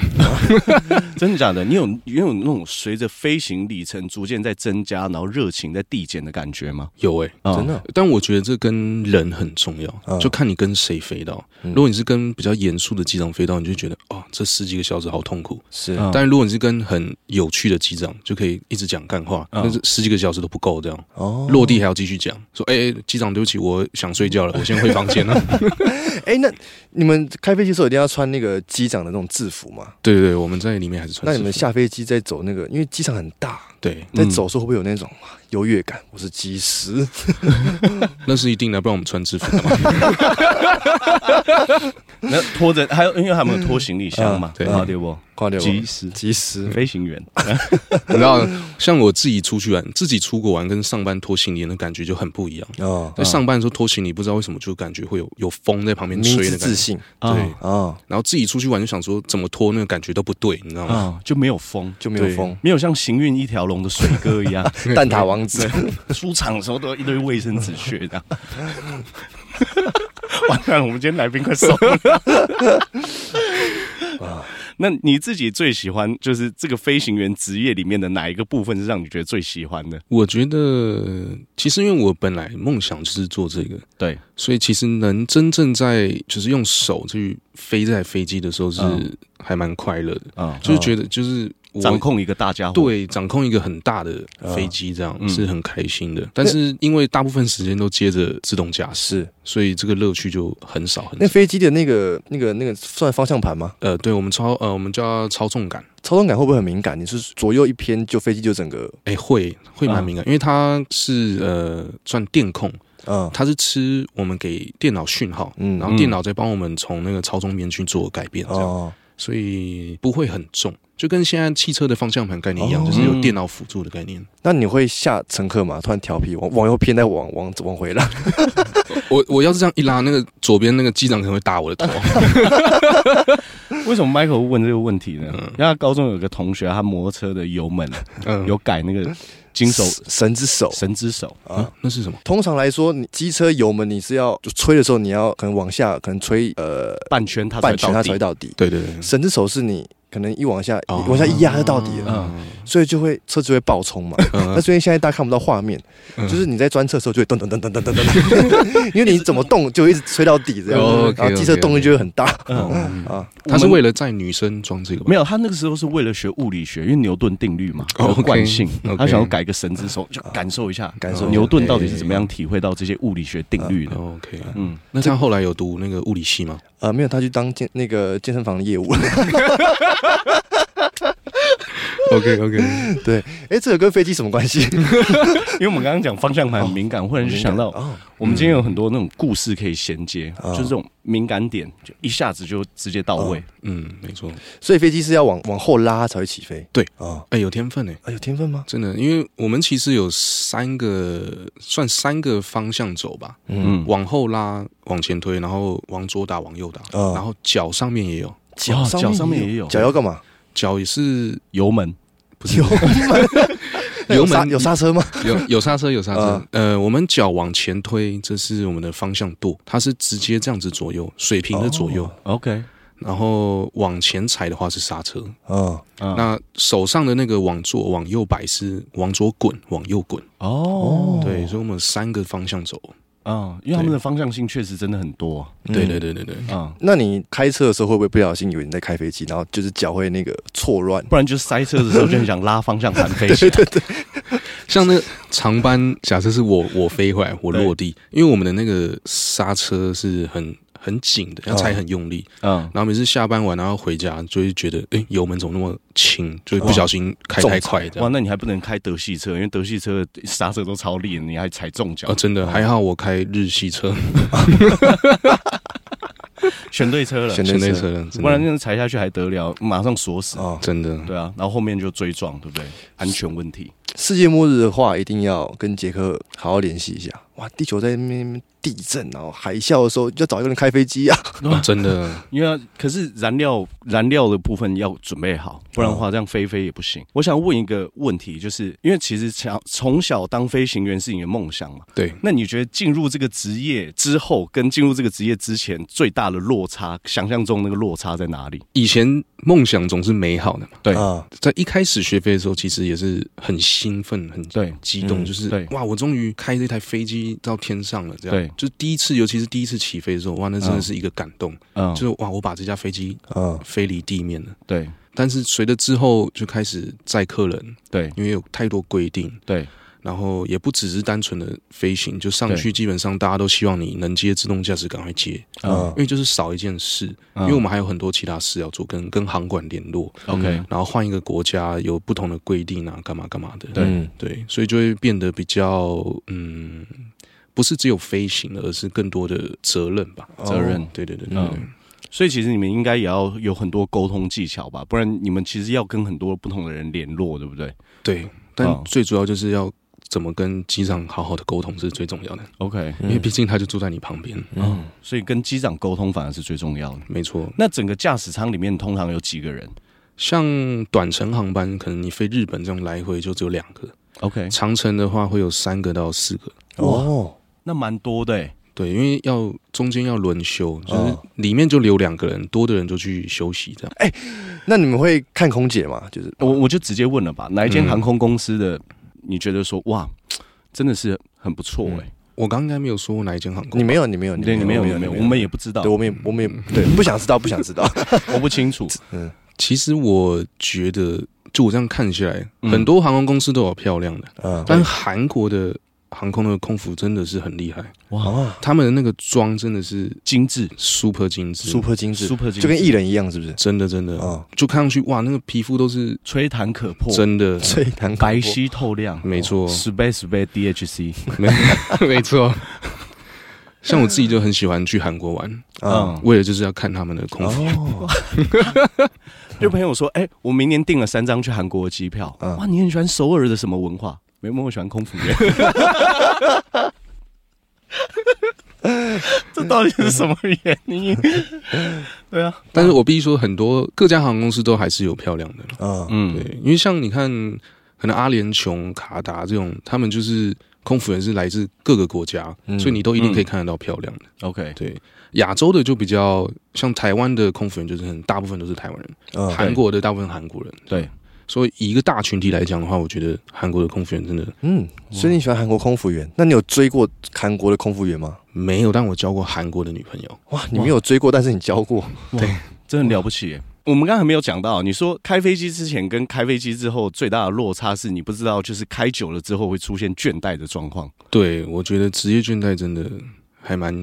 S1: 真的假的？你有你有那种随着飞行里程逐渐在增加，然后热情在递减的感觉吗？
S3: 有哎、
S1: 啊
S2: 真的
S3: 但我觉得这跟人很重要，
S2: 嗯
S3: 就看你跟谁飞到。
S2: 嗯
S3: 如果你是跟比较严肃的机长飞到，你就觉得哦，这十几个小时好痛苦。
S2: 是
S1: 嗯
S3: 但如果你是跟很有趣的机长，就可以一直讲干话，
S2: 啊
S1: 嗯
S3: 但是十几个小时都不够，这样
S2: 哦
S3: 落地还要继续讲，说哎、哎机长对不起，我想睡觉了，
S2: 哦
S3: 我先回房 间了。
S2: 哎、那你们开飞机的时候一定要穿那个机长的那种制服吗？
S3: 对对对，我们在里面还是穿制服。
S2: 那你们下飞机在走那个，因为机场很大，
S3: 对，
S2: 在
S1: 嗯
S2: 走的时候会不会有那种哇优越感？我是机师，
S3: 那是一定的，不然我们穿制服 干嘛？
S1: 那拖着还有，因为他们有拖行李箱嘛
S3: 嗯，对
S1: 啊对不？
S2: 挂掉
S1: 及时
S2: 机师，
S1: 飞行 员，
S3: 你知道，像我自己出去玩，自己出国玩跟上班拖行李的感觉就很不一样。
S2: 哦，
S3: 在上班的时候拖行李，不知道为什么就感觉会有有风在旁边
S2: 迷
S3: 吹
S2: 之
S3: 的感
S2: 自
S3: 觉。
S2: 信
S3: 对，
S1: 啊
S2: 哦，
S3: 然后自己出去玩就想说怎么拖那个感觉都不对，你知道吗？
S1: 啊，就没有风，
S2: 就没有
S3: 对
S2: 风，
S1: 没有像行运一条龙的水哥一样，
S2: 蛋挞王子，
S1: 出场的时候都一堆卫生纸屑这样。 完蛋了，我们今天来宾快怂了。 那你自己最喜欢就是这个飞行员职业里面的哪一个部分是让你觉得最喜欢的？
S3: 我觉得其实因为我本来梦想就是做这个，
S1: 对，
S3: 所以其实能真正在就是用手去飞这台飞机的时候是
S1: 嗯
S3: 还蛮快乐的，
S1: 啊、
S3: 就是觉得就是我
S1: 掌控一个大家伙，
S3: 对掌控一个很大的飞机这样、
S1: 嗯
S3: 是很开心的，但是因为大部分时间都接着自动驾驶，
S2: 是
S3: 所以这个乐趣就很少很
S2: 那
S3: 少。
S2: 飞机的那个那个那个算方向盘吗？
S3: 呃，对我们操呃我们叫它操纵感。
S2: 操纵感会不会很敏感？你是左右一偏就飞机就整个，
S3: 哎、会会蛮敏感，
S1: 哦
S3: 因为它是呃算电控，
S2: 嗯
S3: 它是吃我们给电脑讯号，
S2: 嗯
S3: 然后电脑再帮我们从那个操纵面去做改变，这样，
S2: 哦，
S3: 所以不会很重，就跟现在汽车的方向盘概念一样，
S2: 哦
S3: 就是有电脑辅助的概念。
S2: 那你会吓乘客吗？突然调皮往往右偏，再往往往回来，
S3: 我我要是这样一拉，那个左边那个机长可能会打我的头。
S1: 为什么 Michael 会问这个问题呢？因为他高中有个同学，他摩托车的油门
S3: 嗯，
S1: 有改那个金手
S2: 神之手
S1: 神之手，
S2: 啊。
S3: 那是什么？
S2: 通常来说，你机车油门你是要就吹的时候，你要可能往下，可能吹呃
S1: 半圈他才
S2: 半圈它
S1: 到
S2: 才会
S1: 底。
S2: 到底。
S3: 对对对，
S2: 绳之手是你可能一往下、
S3: 哦
S2: 往下一压就到底了，
S1: 嗯
S2: 所以就会车子会爆冲嘛。
S3: 嗯
S2: 那所以现在大家看不到画面，
S3: 嗯
S2: 就是你在专车的时候就会噔噔噔噔噔噔噔， 因为你怎么动就一直吹到底这样，
S3: 哦，OK，
S2: 然后机车
S3: OK，OK
S2: 动力就会很大
S3: 嗯，
S2: 啊。
S3: 他是为了在女生装这个吧
S1: 没？有，他那个时候是为了学物理学，因为牛顿定律嘛，
S3: 哦
S1: 有
S3: OK，
S1: 惯性，
S3: OK
S1: 他想要改个神之手，就感受一下，哎
S2: 感受一下
S1: 牛顿到底是怎么样体会到这些物理学定律的。
S3: 哦 OK，
S1: 嗯，
S3: 那他后来有读那个物理系 吗？
S2: 呃，没有，他去当健那个健身房的业务了。
S3: OK OK，
S2: 对，哎，这个跟飞机什么关系？
S1: 因为我们刚刚讲方向盘很哦敏感，嗯哦忽然就想到，
S2: 哦，
S1: 我们今天有很多那种故事可以衔接，
S2: 嗯
S1: 就是这种敏感点，就一下子就直接到位。
S3: 嗯，没错。
S2: 所以飞机是要往往后拉才会起飞。
S3: 对
S2: 啊，
S3: 哎、有天分哎、
S2: 啊有天分吗？
S3: 真的，因为我们其实有三个，算三个方向走吧，
S1: 嗯，
S3: 往后拉，往前推，然后往左打，往右打，
S2: 嗯
S3: 然后脚上面也有，
S1: 哦
S2: 脚
S1: 脚上面
S2: 面
S1: 也有
S2: 脚要干嘛？
S3: 脚也是
S1: 油门
S3: 不 是
S2: 油门，那有
S3: 油
S2: 刹
S3: 门
S2: 有刹嗯车吗？
S3: 有有刹车有刹车，呃，我们脚往前推，这是我们的方向舵，它是直接这样子左右水平的左右，
S2: 哦
S1: ，OK，
S3: 然后往前踩的话是刹车，
S2: 嗯，
S1: 那
S3: 那手上的那个往左往右摆是往左滚，往右滚，
S1: 哦，
S3: 对，所以我们有三个方向走，
S1: 嗯，因为他们的方向性确实真的很多啊
S3: 对对对对对。
S1: 嗯，
S2: 那你开车的时候会不会不小心以为你在开飞机，然后就是脚会那个错乱？
S1: 不然就塞车的时候就很想拉方向盘飞起来。
S3: 像那个长班，假设是我我飞回来，我落地，因为我们的那个刹车是很很紧的，要踩很用力。
S1: 嗯，
S3: 然后每次下班完，然后回家就会觉得，哎、油门怎么那么轻？就会不小心开太快这
S1: 哇，
S3: 样。
S1: 那你还不能开德系车，因为德系车的刹车都超厉害，你还踩中脚
S3: 哦，，真的还好，我开日系车、
S1: 选对车了，
S2: 选
S3: 圈内
S2: 对
S3: 车了，真
S1: 不然这
S3: 的
S1: 样踩下去还得了，马上锁死。
S2: 啊！
S3: 真的
S1: 对啊，然后后面就追撞，对不对？安全问题，
S2: 世界末日的话，一定要跟杰克好好联系一下。哇，地球在那边地震，然后海啸的时候要找一个人开飞机啊。
S3: 哦真的，
S1: 因为它可是燃料燃料的部分要准备好，不然的话这样飞飞也不行。我想问一个问题，就是因为其实想从小当飞行员是你的梦想嘛？
S3: 对，
S1: 那你觉得进入这个职业之后，跟进入这个职业之前最大的落差，想象中那个落差在哪里？
S3: 以前梦想总是美好的嘛。
S1: 对
S2: 啊，
S3: 在一开始学飞的时候，其实也是很兴奋、很
S1: 对
S3: 激动，
S2: 嗯
S3: 就是
S1: 对
S3: 哇，我终于开这台飞机到天上了，这样。
S1: 对
S3: 就是第一次，尤其是第一次起飞的时候，哇，那真的是一个感动，
S1: 嗯，
S3: 就是哇，我把这架飞机
S1: 啊
S2: 嗯，
S3: 飞离地面了。
S1: 对
S3: 但是随着之后就开始载客人，
S1: 对
S3: 因为有太多规定，
S1: 对
S3: 然后也不只是单纯的飞行，就上去基本上大家都希望你能接自动驾驶赶快接，
S2: 嗯
S1: 嗯，
S3: 因为就是少一件事，因为我们还有很多其他事要做，跟跟航管联络，
S1: OK
S3: 然后换一个国家有不同的规定啊，干嘛干嘛的，
S1: 对
S2: 嗯
S3: 对，所以就会变得比较嗯，不是只有飞行了，而是更多的责任吧，
S1: 责任
S3: 对对对对对
S1: 嗯，哦所以其实你们应该也要有很多沟通技巧吧，不然你们其实要跟很多不同的人联络，对不对
S3: 对，但
S1: 哦
S3: 最主要就是要怎么跟机长好好的沟通是最重要的，
S1: ？OK，
S3: 因为毕竟他就住在你旁边，
S1: 嗯，所以跟机长沟通反而是最重要的。
S3: 没错。
S1: 那整个驾驶舱里面通常有几个人
S3: 像短程航班，可能你飞日本这种来回就只有两个，
S1: ？OK，
S3: 长程的话会有三个到四个。
S2: 哦，
S1: 那蛮多的、欸。
S3: 对，因为要中间要轮休，就是
S2: 哦
S3: 里面就留两个人，多的人就去休息这样。
S2: 那你们会看空姐吗？就是
S1: 我我就直接问了吧，哪一间
S3: 嗯
S1: 航空公司的？你觉得说哇，真的是很不错哎、
S3: 我刚刚应该没有说过哪一间航空，
S2: 你没有，你没有，
S1: 对，嗯你没有，你没有，我们也不知道嗯
S2: 对，，我们也，我们也对，不想知道，不想 知道。
S1: 我不清楚。
S3: 其实我觉得，就我这样看起来，
S1: 嗯
S3: 很多航空公司都有漂亮的，
S2: 嗯，
S3: 但韩国的航空的空服真的是很厉害，
S1: 哇，
S2: 啊
S3: 他们的那个妆真的是
S1: 精致
S3: super 精致，
S2: ，super 精致，
S1: ，super 精致
S2: 就跟艺人一样，是不是？
S3: 真的真的，
S2: 啊，
S3: 就看上去哇，那个皮肤都是
S1: 吹弹可破，
S3: 真的，
S2: 最难
S1: 嗯白皙透亮，
S3: 没错，
S1: 十倍十倍 DHC，
S3: 没没错。 像我自己就很喜欢去韩国玩，
S2: 啊。
S1: 嗯，
S3: 为了就是要看他们的空服。
S2: 哦，
S1: 就朋友说，哎、我明年订了三张去韩国的机票。
S2: 嗯
S1: 哇，你很喜欢首尔的什么文化？没有，我喜欢空服员。 这到底是什么原因？对啊，
S3: 但是我必须说，很多各家航空公司都还是有漂亮的，
S2: 嗯，
S1: 嗯
S3: 对，因为像你看，可能阿联酋、卡达这种，他们就是空服员是来自各个国家，
S2: 嗯
S3: 所以你都一定可以看得到漂亮的。
S1: ，OK，
S3: 对，亚洲的就比较像台湾的空服员，就是很大部分都是台湾人，
S2: 嗯
S3: 韩国的大部分韩国人。
S1: 对，
S3: 所以以一个大群体来讲的话，我觉得韩国的空服员真的
S2: 嗯，所以你喜欢韩国空服员？那你有追过韩国的空服员吗？
S3: 没有，但我交过韩国的女朋友。
S2: 哇，你没有追过，但是你教过。
S1: 这很了不起耶。我们刚才没有讲到，你说开飞机之前跟开飞机之后最大的落差是你不知道，就是开久了之后会出现倦怠的状况。
S3: 对，我觉得职业倦怠真的还蛮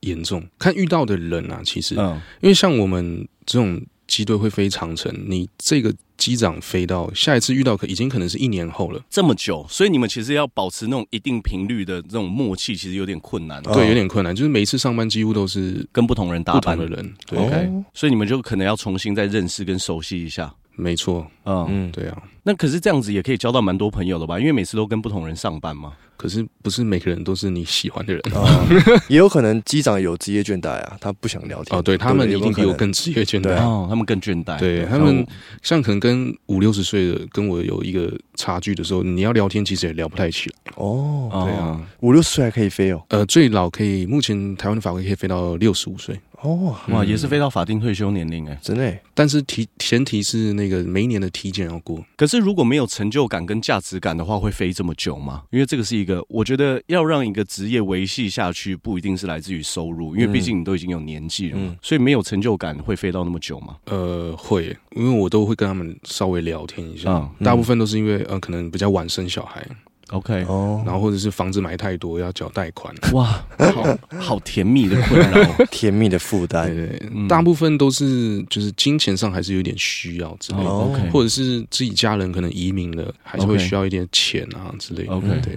S3: 严重，看遇到的人啊，其实，
S1: 嗯，
S3: 因为像我们这种机队会飞长程，你这个机长飞到下一次遇到可已经可能是一年后了，
S1: 这么久，所以你们其实要保持那种一定频率的这种默契，其实有点困难，
S2: 哦
S3: 对，有点困难，就是每一次上班几乎都是
S1: 跟不同人搭
S3: 不
S1: 班
S3: 同的人，对，
S1: OK
S2: 哦
S1: 所以你们就可能要重新再认识跟熟悉一下。
S3: 没错，
S1: 嗯，
S2: 嗯，
S3: 对啊。
S1: 那可是这样子也可以交到蛮多朋友的吧？因为每次都跟不同人上班嘛。
S3: 可是不是每个人都是你喜欢的人
S2: 啊， 也有可能机长有职业倦怠啊，他不想聊天。
S3: 哦，对他们
S2: 有
S3: 一定
S2: 可
S3: 比
S2: 能
S3: 我更职业倦
S2: 对
S3: 怠。
S1: 哦，他们更倦怠。
S3: 嗯对他们，像可能跟五六十岁的跟我有一个差距的时候，你要聊天其实也聊不太起来。
S2: 哦，
S1: 对
S3: 对啊，
S2: 五六十岁还可以飞哦。
S3: 呃，最老可以，目前台湾的法规可以飞到六十五岁，
S2: 哦，
S1: 哇，
S3: 嗯
S1: 也是飞到法定退休年龄哎。
S2: 真的耶。
S3: 但是体前提是那个每一年的体检要过。
S1: 可是如果没有成就感跟价值感的话，会飞这么久吗？因为这个是一个，我觉得要让一个职业维系下去，不一定是来自于收入，因为毕竟你都已经有年纪了嘛，
S2: 嗯
S1: 所以没有成就感会飞到那么久吗？
S3: 呃，会，因为我都会跟他们稍微聊天一下，
S1: 嗯
S3: 大部分都是因为呃，可能比较晚生小孩，
S1: ，OK，
S2: 哦，
S3: 然后或者是房子买太多要缴贷款，
S1: 哇，好好甜蜜的困 扰哦。
S2: 甜蜜的负
S3: 对
S2: 担。
S3: 对，
S1: 嗯
S3: 大部分都是就是金钱上还是有点需要之类的，
S1: 哦
S3: 或者是自己家人可能移民了，还是会
S1: OK
S3: 需要一点钱啊之类的。
S1: OK 嗯
S3: 对，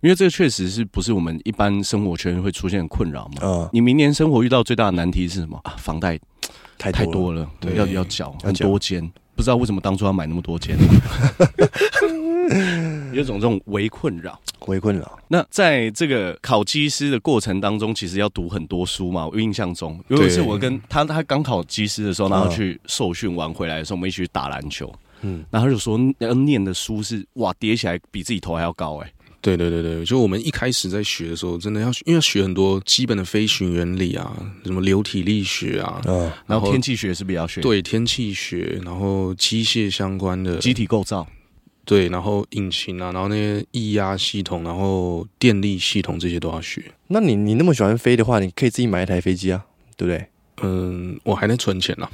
S1: 因为这个确实是不是我们一般生活圈会出现的困扰嘛？
S2: 啊，
S1: 你明年生活遇到最大的难题是什么啊？房贷
S2: 太
S1: 太
S2: 多了
S1: 多了，
S3: 对
S1: 要要缴
S2: 要
S1: 很
S2: 缴
S1: 多间，不不知道为什么当初要买那么多 钱，有种这种微困扰。
S2: 围困啊扰，
S1: 那在这个考机师的过程当中，其实要读很多书嘛。我印象中有一次
S3: 对
S1: 我跟他，他刚考机师的时候，然后
S2: 嗯
S1: 去受训完回来的时候，我们一起去打篮球。
S2: 嗯，
S1: 然后他就说要念的书是哇，叠起来比自己头还要高哎、
S3: 对对对对，就我们一开始在学的时候，真的要因为要学很多基本的飞行原理啊，什么流体力学啊，
S2: 嗯，
S1: 然
S3: 然
S1: 后
S3: 后
S1: 天气学是不是也要学？，
S3: 对天气学，然后机械相关的，
S1: 机体构造。
S3: 对，然后引擎啊，然后那些液压系统，然后电力系统这些都要学。
S2: 那你你那么喜欢飞的话，你可以自己买一台飞机啊，对不对？
S3: 嗯，我还在存钱啦，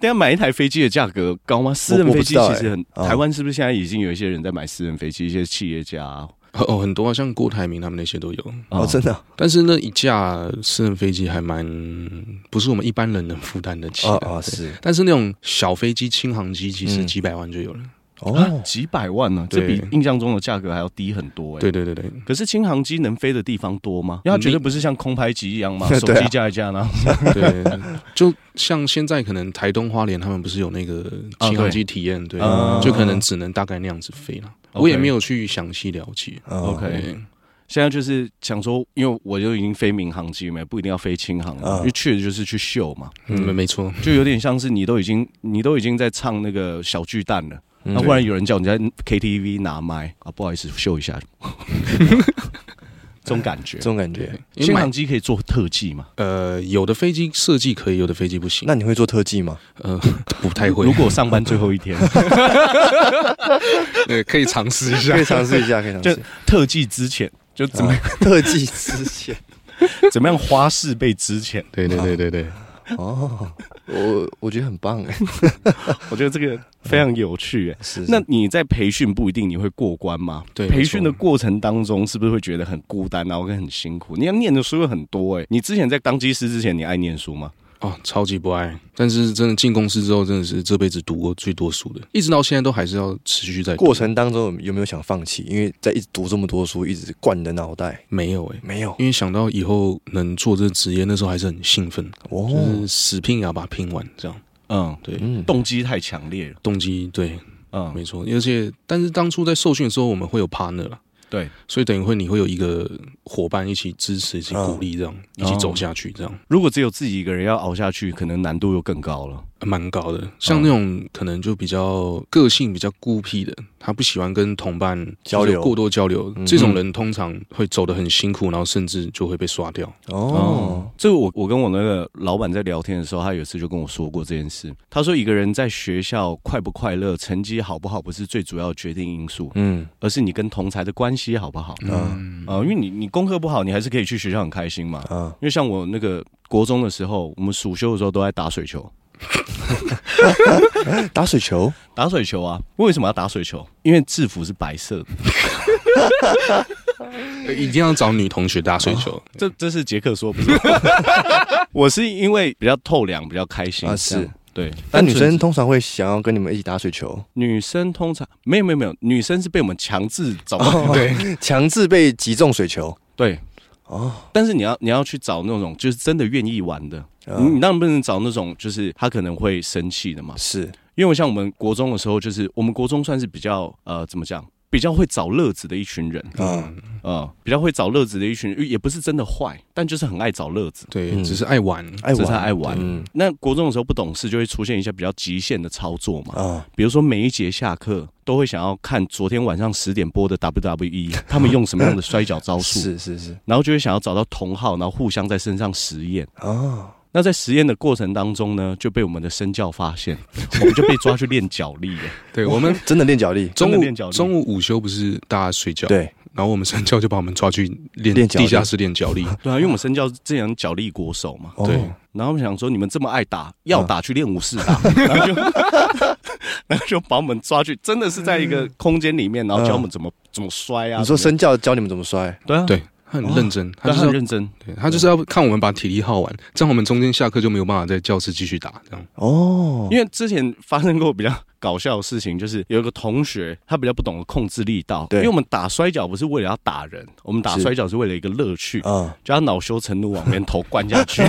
S1: 但要买一台飞机的价格高吗？私人
S2: 我
S1: 飞
S2: 不知
S1: 机
S2: 道
S1: 其实很，
S2: 哎嗯
S1: 台湾是不是现在已经有一些人在买私人飞机？一些企业家啊
S3: 哦，很多啊，像郭台铭他们那些都有。
S2: 哦，真的啊，
S3: 但是那一架私人飞机还蛮不是我们一般人能负担得起
S2: 啊
S3: 的。
S1: 哦
S2: 啊是，
S3: 但是那种小飞机、轻航机，其实
S2: 嗯
S3: 几百万就有了。
S1: 啊
S2: 哦，
S1: 几百万呢、这
S3: 对
S1: 比印象中的价格还要低很多哎、
S3: 对对对对，
S1: 可是轻航机能飞的地方多吗？因为它绝对不是像空拍机一样嘛，
S2: 嗯 对啊
S1: 手机架一架呢。
S3: 对，就像现在可能台东花莲他们不是有那个
S1: 啊
S3: 轻航
S1: 对
S3: 机体验，对，
S1: 啊
S3: 就可能只能大概那样子飞了。
S1: OK
S3: 我也没有去详细了解。
S2: 哦
S1: OK
S3: 对
S1: 现在就是想说，因为我就已经飞民航机没，不一定要飞轻航了，
S2: 嗯
S1: 因为去的就是去秀嘛，
S3: 嗯，没错，
S1: 就有点像是你都已经你都已经在唱那个小巨蛋了，
S2: 嗯
S1: 那忽然有人叫你在 KTV 拿麦啊，不好意思，秀一下，这种感觉
S2: 这。种感
S3: 对
S2: 觉。，
S3: 因为
S1: 轻
S3: 买
S1: 航机可以做特技嘛？
S3: 呃，有的飞机设计可以，有的飞机 不行。
S2: 那你会做特技吗？
S3: 呃，不太会
S1: 如， 果上班最后一天，
S3: 呃，可以尝试一下
S2: 可以尝试一下，可以尝
S1: 就
S2: 试。
S1: 特技之前就怎么
S2: 啊特技之前？
S1: 怎么样花式被之前，
S3: 对对对对对，
S2: 哦，我我觉得很棒哎，
S1: 我觉得这个非常有趣哎。
S2: 是
S1: 那你在培训不一定你会过关吗？
S3: 对
S1: 培训的
S3: 没错
S1: 过程当中是不是会觉得很孤单然后跟很辛苦？你要念的书又很多哎、你之前在当机师之前，你爱念书吗？
S3: 哦，超级不爱。但是真的进公司之后，真的是这辈子读过最多书的，一直到现在都还是要持续在读
S2: 过程当中有有没有想放弃？因为在一直读这么多书，一直灌你的脑袋，
S3: 没有诶、欸
S2: 没有
S3: 因为想到以后能做这职业，那时候还是很兴奋，就
S2: 哦，
S3: 是死拼也要把它拼完，这样
S1: 嗯，
S3: 对，
S2: 嗯，
S1: 动机太强烈了。
S3: 动机对，
S1: 嗯，
S3: 没错。而且，但是当初在受训的时候，我们会有 partner 啦，
S1: 对。
S3: 所以等于会你会有一个伙伴一起支持、一起鼓励，这样、
S1: 哦
S3: 一起走下去，这样
S1: 如果只有自己一个人要熬下去，可能难度又更高了。
S3: 蛮高
S1: 哦
S3: 的。像那种可能就比较个性比较孤僻的，他不喜欢跟同伴
S2: 交流
S3: 就是过多交流，
S2: 嗯
S3: 这种人通常会走得很辛苦，然后甚至就会被刷掉。
S2: 哦，
S1: 嗯这个我我跟我那个老板在聊天的时候，他有一次就跟我说过这件事。他说，一个人在学校快不快乐、成绩好不好，不是最主要的决定因素，
S2: 嗯
S1: 而是你跟同才的关系好不好。
S2: 嗯
S1: 啊、因为你你功课不好，你还是可以去学校很开心嘛。
S2: 啊，
S1: 因为像我那个国中的时候，我们暑休的时候都在打水球，
S2: 打水球，
S1: 打水球啊。为什么要打水球？因为制服是白色的，嗯
S3: 一定要找女同学打水球，
S1: 这这是杰克说，不是我。我 是因为比较透凉，比较开心
S2: 啊
S1: 这样
S2: 是
S1: 对。
S2: 那
S1: 单
S2: 女
S1: 纯
S2: 生
S1: 是
S2: 通常会想要跟你们一起打水球，
S1: 女生通常没有没有没有，女生是被我们强制找到、嗯
S2: 对，强制被击中水球，
S1: 对。
S2: 哦，
S1: 但是你要你要去找那种就是真的愿意玩的，
S2: 啊
S1: 你你当然不能找那种就是他可能会生气的嘛。
S2: 是，
S1: 因为我像我们国中的时候，就是我们国中算是比较呃怎么讲，比较会找乐子的一群人，
S2: 啊，
S3: 嗯
S1: 呃，比较会找乐子的一群人，也不是真的坏，但就是很爱找乐子，
S3: 对，
S2: 嗯
S3: 只是爱玩。
S2: 爱
S1: 这
S2: 玩
S1: 才爱玩。
S2: 嗯
S1: 那国中的时候不懂事，就会出现一些比较极限的操作嘛，
S2: 啊，
S1: 比如说每一节下课都会想要看昨天晚上十点播的 WWE，他们用什么样的摔跤招数，
S2: 是是是
S1: 然后就会想要找到同号，然后互相在身上实验。
S2: 啊，
S1: 那在实验的过程当中呢，就被我们的身教发现， 我们就被抓去练脚力耶。
S3: 对我们
S2: 真的练脚力，
S1: 真
S3: 中
S1: 的练脚
S3: 午
S1: 力
S3: 中午午休不是大家睡觉，，
S2: 对，
S3: 然后我们身教就把我们抓去练
S2: 练脚力
S3: 地下室练脚力，
S1: 对啊，因为我们身教之前脚力国手嘛，
S2: 哦
S3: 对，
S1: 然后我们想说，你们这么爱打，要打去练武士打，然后就 然后就把我们抓去，真的是在一个空间里面，然后教我们怎么、怎么摔啊。
S2: 你说
S1: 怎么
S2: 身教教你们怎么摔，
S1: 对啊，
S3: 对他很认真，他
S1: 但他
S3: 就是
S1: 很
S3: 要
S1: 认真，
S3: 对他就是要看我们把体力耗完，这样我们中间下课就没有办法在教室继续打，这样
S2: 哦，
S1: 因为之前发生过比较搞笑的事情，就是有一个同学他比较不懂得控制力道，
S2: 对
S1: 因为我们打摔跤不是为了要打人，我们打
S2: 是
S1: 摔跤是为了一个乐趣，
S2: 嗯
S1: 就他恼羞成怒往别人头灌下去，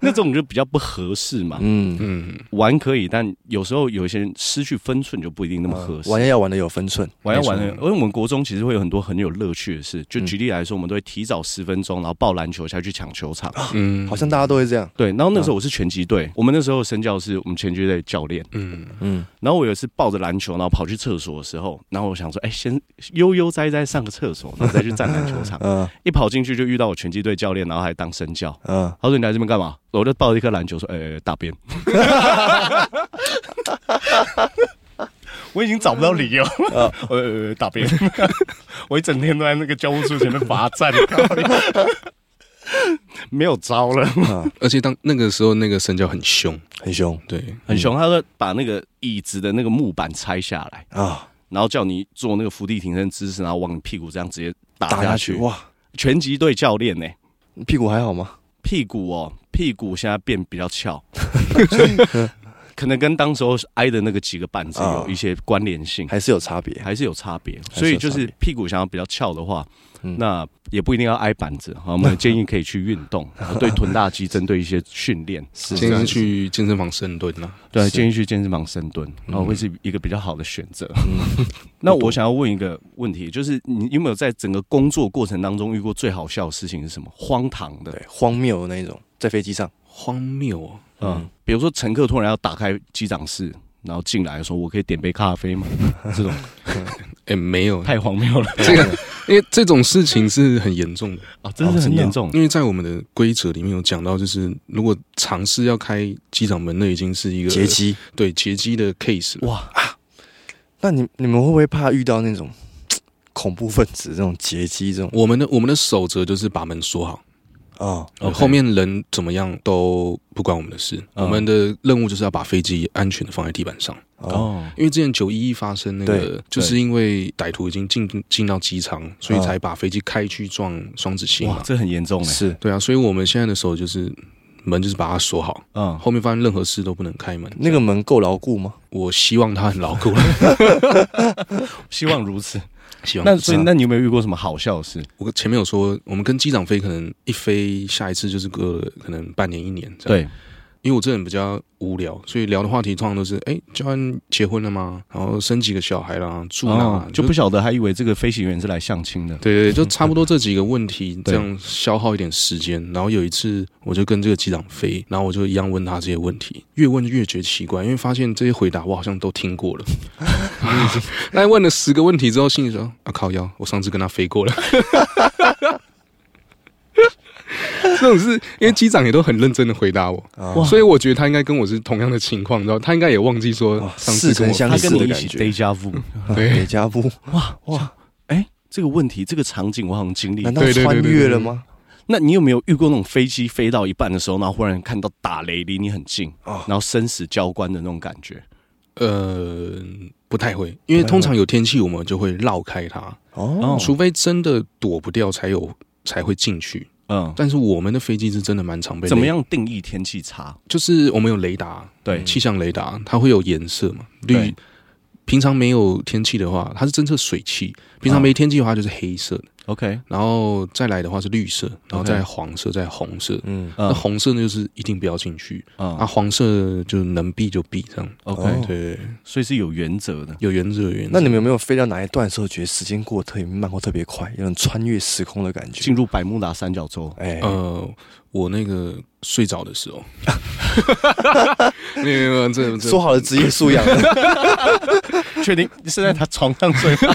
S1: 那种就比较不合适嘛。
S2: 嗯，
S3: 嗯，
S1: 玩可以，但有时候有一些人失去分寸就不一定那么合适。
S2: 啊嗯玩要要玩的有分寸，
S1: 玩要玩的，
S3: 没
S1: 因
S3: 错
S1: 为我们国中其实会有很多很有乐趣的事。就
S2: 嗯
S1: 举例来说，我们都会提早十分钟，然后抱篮球下去抢球场。
S3: 嗯，
S2: 好像大家都会这样。
S1: 对，然后那时候我是拳击队，我们那时候身教是我们拳击队的教练。
S3: 嗯，
S2: 嗯，。
S1: 然后我有一次抱着篮球，然后跑去厕所的时候，然后我想说，哎，先悠悠哉哉上个厕所，然后再去站篮球场
S2: 嗯
S1: 一跑进去就遇到我拳击队教练，然后还当身教。
S2: 嗯，
S1: 他说：“你来这边干嘛？”我就抱着一颗篮球说：“呃、大便。” 我已经找不到理由， 呃，大便。 我一整天都在那个教务处前面罚站，没有招了，
S2: 嗯
S3: 而且当那个时候那个身教很凶，
S2: 啊 很凶
S3: 对，
S1: 很凶。他说把那个椅子的那个木板拆下来，
S2: 啊，
S1: 然后叫你做那个伏地挺身姿势，然后往你屁股这样直接打
S2: 打
S1: 下
S2: 下
S1: 去。
S2: 去哇，
S1: 拳击队教练呢、
S2: 屁股还好吗？
S1: 屁股哦，屁股现在变比较 翘，可能跟当时候挨的那个几个板子有一些关联性，
S2: 还是有差 别。啊
S1: 还是有差别。
S2: 差别
S1: 所以就是屁股想要比较翘的话，
S2: 嗯
S1: 那也不一定要挨板子。好，我们建议可以去运 动，然后对臀大肌针对一些训练，
S2: 是
S3: 今天去健身房深蹲啦，
S1: 对，
S2: 是嗯
S1: 建议去健身房深蹲，然后会是一个比较好的选择。那我想要问一个问题，就是你有没有在整个工作过程当中遇过最好笑的事情是什么？荒唐的，
S2: 对荒谬的那一种，在飞机上，
S3: 荒谬哦，
S1: 嗯，比如说乘客突然要打开机长室，然后进来说：“我可以点杯咖啡 吗？”这种
S3: 哎，没有，
S1: 太荒谬了
S3: 这个，因为这种事情是很严重的，
S1: 啊，真的
S2: 哦
S1: 是
S2: 真
S1: 很
S2: 的哦
S1: 严重。
S3: 因为在我们的规则里面有讲到，就是如果尝试要开机长门，那已经是一个
S2: 劫，机。
S3: 对劫机的 case 了。
S1: 哇，
S2: 那你你们会不会怕遇到那种恐怖分子这种劫机这种
S3: 我们的我们的守则就是把门锁好，
S2: 啊？
S3: 呃
S1: OK
S3: 后面人怎么样都不关我们的事。
S1: 嗯
S3: 我们的任务就是要把飞机安全的放在地板上，
S2: 哦，
S1: 哦
S3: 因为之前九一一发生那个
S2: 对，
S3: 就是因为歹徒已经进进到机场，所以才把飞机开去撞双子
S1: 嗯
S3: 星
S1: 哇，
S3: 嘛。
S1: 这很严重哎。
S2: 是
S3: 对啊，所以我们现在的守则就是门就是把它锁好，
S1: 嗯，
S3: 后面发生任何事都不能开门。
S2: 那个门够牢固吗？
S3: 我希望它很牢 固，
S1: 希望如 此。
S3: 希望
S1: 那
S2: 啊
S1: 所以，那你有没有遇过什么好笑的事？
S3: 我前面有说，我们跟机长飞，可能一飞下一次就是个可能半年一年这样。对，
S1: 对，
S3: 因为我这人比较无聊，所以聊的话题通常都是，哎、教官结婚了吗？然后生几个小孩啦，住哪、
S2: 啊
S1: 哦，就不晓得，还以为这个飞行员是来相亲的。
S3: 对对，对就差不多这几个问题，
S1: 对
S3: 这样消耗一点时间。然后有一次，我就跟这个机长飞，然后我就一样问他这些问题，越问越觉得奇怪，因为发现这些回答我好像都听过 了。那问了十个问题之后，心里说：“啊靠腰，我上次跟他飞过了。” 这种是因为机长也都很认真的回答我，
S2: 啊
S1: 哇，
S3: 所以我觉得他应该跟我是同样的情况，你知道，他应该也忘记说
S2: 哇
S3: 上次
S2: 似曾
S3: 跟我
S2: 相
S1: 他
S2: 识
S1: 跟
S2: 类
S1: 你
S2: 似
S1: 一
S2: 的
S1: 起
S2: 感觉
S1: deja vu。
S3: 对
S2: 美加布，
S1: 哇哇，哎，这个问题，这个场景我好像经历
S2: 难
S1: 过。
S2: 道
S3: 对对对
S2: 穿
S3: 对
S2: 越
S3: 对
S2: 了吗？
S1: 那你有没有遇过那种飞机飞到一半的时候，然后忽然看到打雷离你很近，
S2: 哦
S1: 然后生死交关的那种感觉？
S3: 呃，不太会，因为通常有天气，我们就会绕开它，
S1: 哦
S2: 哦，
S3: 除非真的躲不掉，才有才会进去。
S1: 嗯，
S3: 但是我们的飞机是真的蛮常被
S1: 怎么
S3: 雷？
S1: 样定义天气差？
S3: 就是我们有雷达，
S1: 对
S3: 气象雷达，它会有颜色嘛，绿
S1: 对。
S3: 平常没有天气的话，它是侦测水汽；平常没天气的话，它就是黑色的。
S1: ，OK，嗯
S3: 然后再来的话是绿色，然后
S1: OK
S3: 再黄色，再红色。
S2: 嗯，
S3: 那
S1: 嗯
S3: 红色呢，就是一定不要进去啊，
S1: 嗯
S3: 黄色就能避就避，这样。
S1: ，OK，
S2: 哦
S3: 对对，对
S1: 所以是有原则的。
S3: 有原则有原则。
S2: 那你们有没有飞到哪一段的时候，觉得时间过得特别慢或特别快，有种穿越时空的感觉？
S1: 进入百慕达三角 洲，
S2: 哎，
S3: 呃，我那个睡着的时候，没有没有没有，这这
S2: 说好的职业素养呢，
S1: 确定是在他床上睡吗？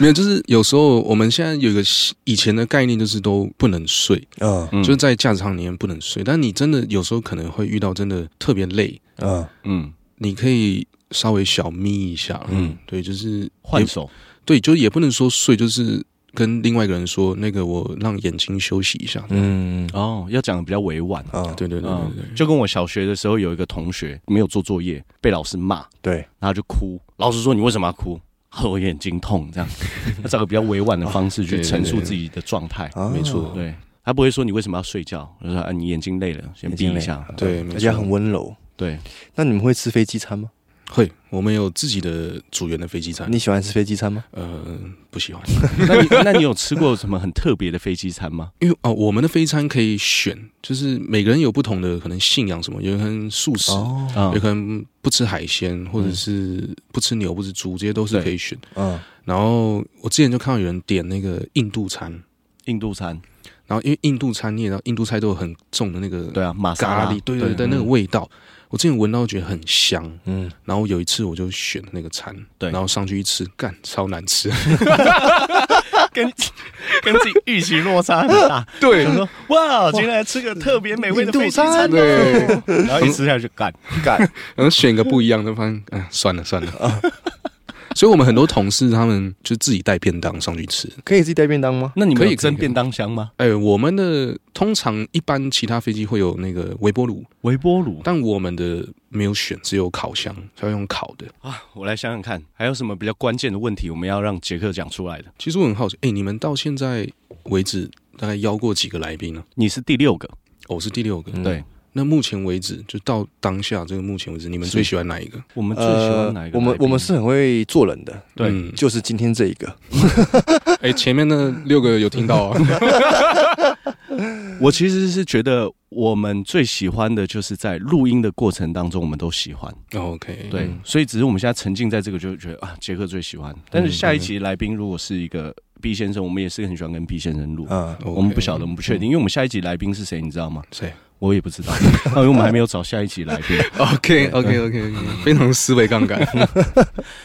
S3: 没有，就是有时候我们现在有一个习以前的概念，就是都不能睡，
S2: 嗯
S1: 嗯
S3: 就是在驾驶舱里面不能睡。但你真的有时候可能会遇到真的特别累，
S2: 嗯，
S1: 嗯，
S3: 你可以稍微小眯一下，
S2: 嗯
S3: 嗯，对，就是
S1: 换
S3: 也
S1: 手，
S3: 对，就是也不能说睡，就是跟另外一个人说，那个我让眼睛休息一下。
S2: 嗯
S1: 哦，要讲的比较委婉。
S2: 啊，
S3: 对对对对
S1: 嗯
S3: 对，，
S1: 就跟我小学的时候有一个同学没有做作业，被老师骂，
S2: 对，
S1: 然后就哭。老师说：“你为什么要哭？” 他说：“我眼睛痛。”这样，他找个比较委婉的方式 去
S3: 对对
S1: 陈述
S3: 对
S1: 自己的状态。
S2: 啊
S3: 没错，
S1: 对他不会说你为什么要睡觉，我就说啊你眼睛累了，先
S2: 眼
S1: 闭
S2: 睛
S1: 一
S2: 累
S1: 下。
S3: 对
S2: 嗯
S3: 没
S2: 而且
S3: 错
S2: 很温柔。
S1: 对，
S2: 那你们会吃飞机餐吗？
S3: 会，我们有自己的组员的飞机餐。
S2: 你喜欢吃飞机餐吗？
S3: 呃，不喜欢，
S1: 那你 那你有吃过什么很特别的飞机餐 吗？
S3: 因为哦，我们的飞餐可以选，就是每个人有不同的可能信仰什么，有人可能素食，
S2: 哦，
S1: 啊
S3: 有，可能不吃海鲜，或者是不吃牛、不吃猪，这些都是可以选。
S2: 嗯，
S3: 然后我之前就看到有人点那个印度餐，
S1: 印度餐，
S3: 然后因为印度餐你也知道，印度菜都有很重的那个
S1: 对啊，玛莎
S3: 咖
S1: 拉
S3: 喱，对对对，
S2: 嗯
S3: 那个味道，我之前闻到觉得很香。
S2: 嗯，
S3: 然后有一次我就选了那个餐，
S1: 对
S3: 然后上去一吃，干超难吃，
S1: 跟 跟自己预期落差很 大。
S3: 对
S1: 想说哇，今天来吃个特别美味的飞机餐哦，
S3: 对，
S1: 然后一吃下去干，
S2: 干，
S3: 然后选个不一样的，发现哎算了算了。所以我们很多同事他们就自己带便当上去吃。
S2: 可以自己带便当吗？
S1: 那你们
S3: 可以
S1: 有蒸
S3: 可以
S1: 便当箱吗？
S3: 哎，我们的通常一般其他飞机会有那个微波炉，
S1: 微波炉
S3: 但我们的没有选，只有烤箱，要用烤的。
S1: 啊，我来想想看，还有什么比较关键的问题我们要让杰克讲出来的？
S3: 其实我很好奇，哎，你们到现在为止大概邀过几个来宾呢、
S1: 你是第六个，
S3: 哦我是第六个。
S2: 嗯
S1: 对
S3: 那目前为止，就到当下这个目前为止，你们
S1: 是
S3: 最喜欢哪一个？
S1: 我们最喜
S2: 呃
S1: 欢哪一，个来宾？
S2: 我们我们是很会做人的，
S1: 对
S3: 嗯
S2: 就是今天这一个，
S3: 哎、前面那六个有听到啊？
S1: 我其实是觉得我们最喜欢的就是在录音的过程当中，我们都喜欢。
S3: 哦 OK，
S1: 对，
S2: 嗯
S1: 所以只是我们现在沉浸在这个，就觉得啊，杰克最喜欢。但是下一期来宾如果是一个 B 先生，我们也是很喜欢跟 B 先生录。
S2: 嗯，
S3: OK
S1: 我们不晓得，我们不确定，因为我们下一集来宾是谁，你知道吗？
S3: 谁
S1: 我也不知道，因为我们还没有找下一集来 宾，
S3: ？OK OK OK，非 常思维杠杆。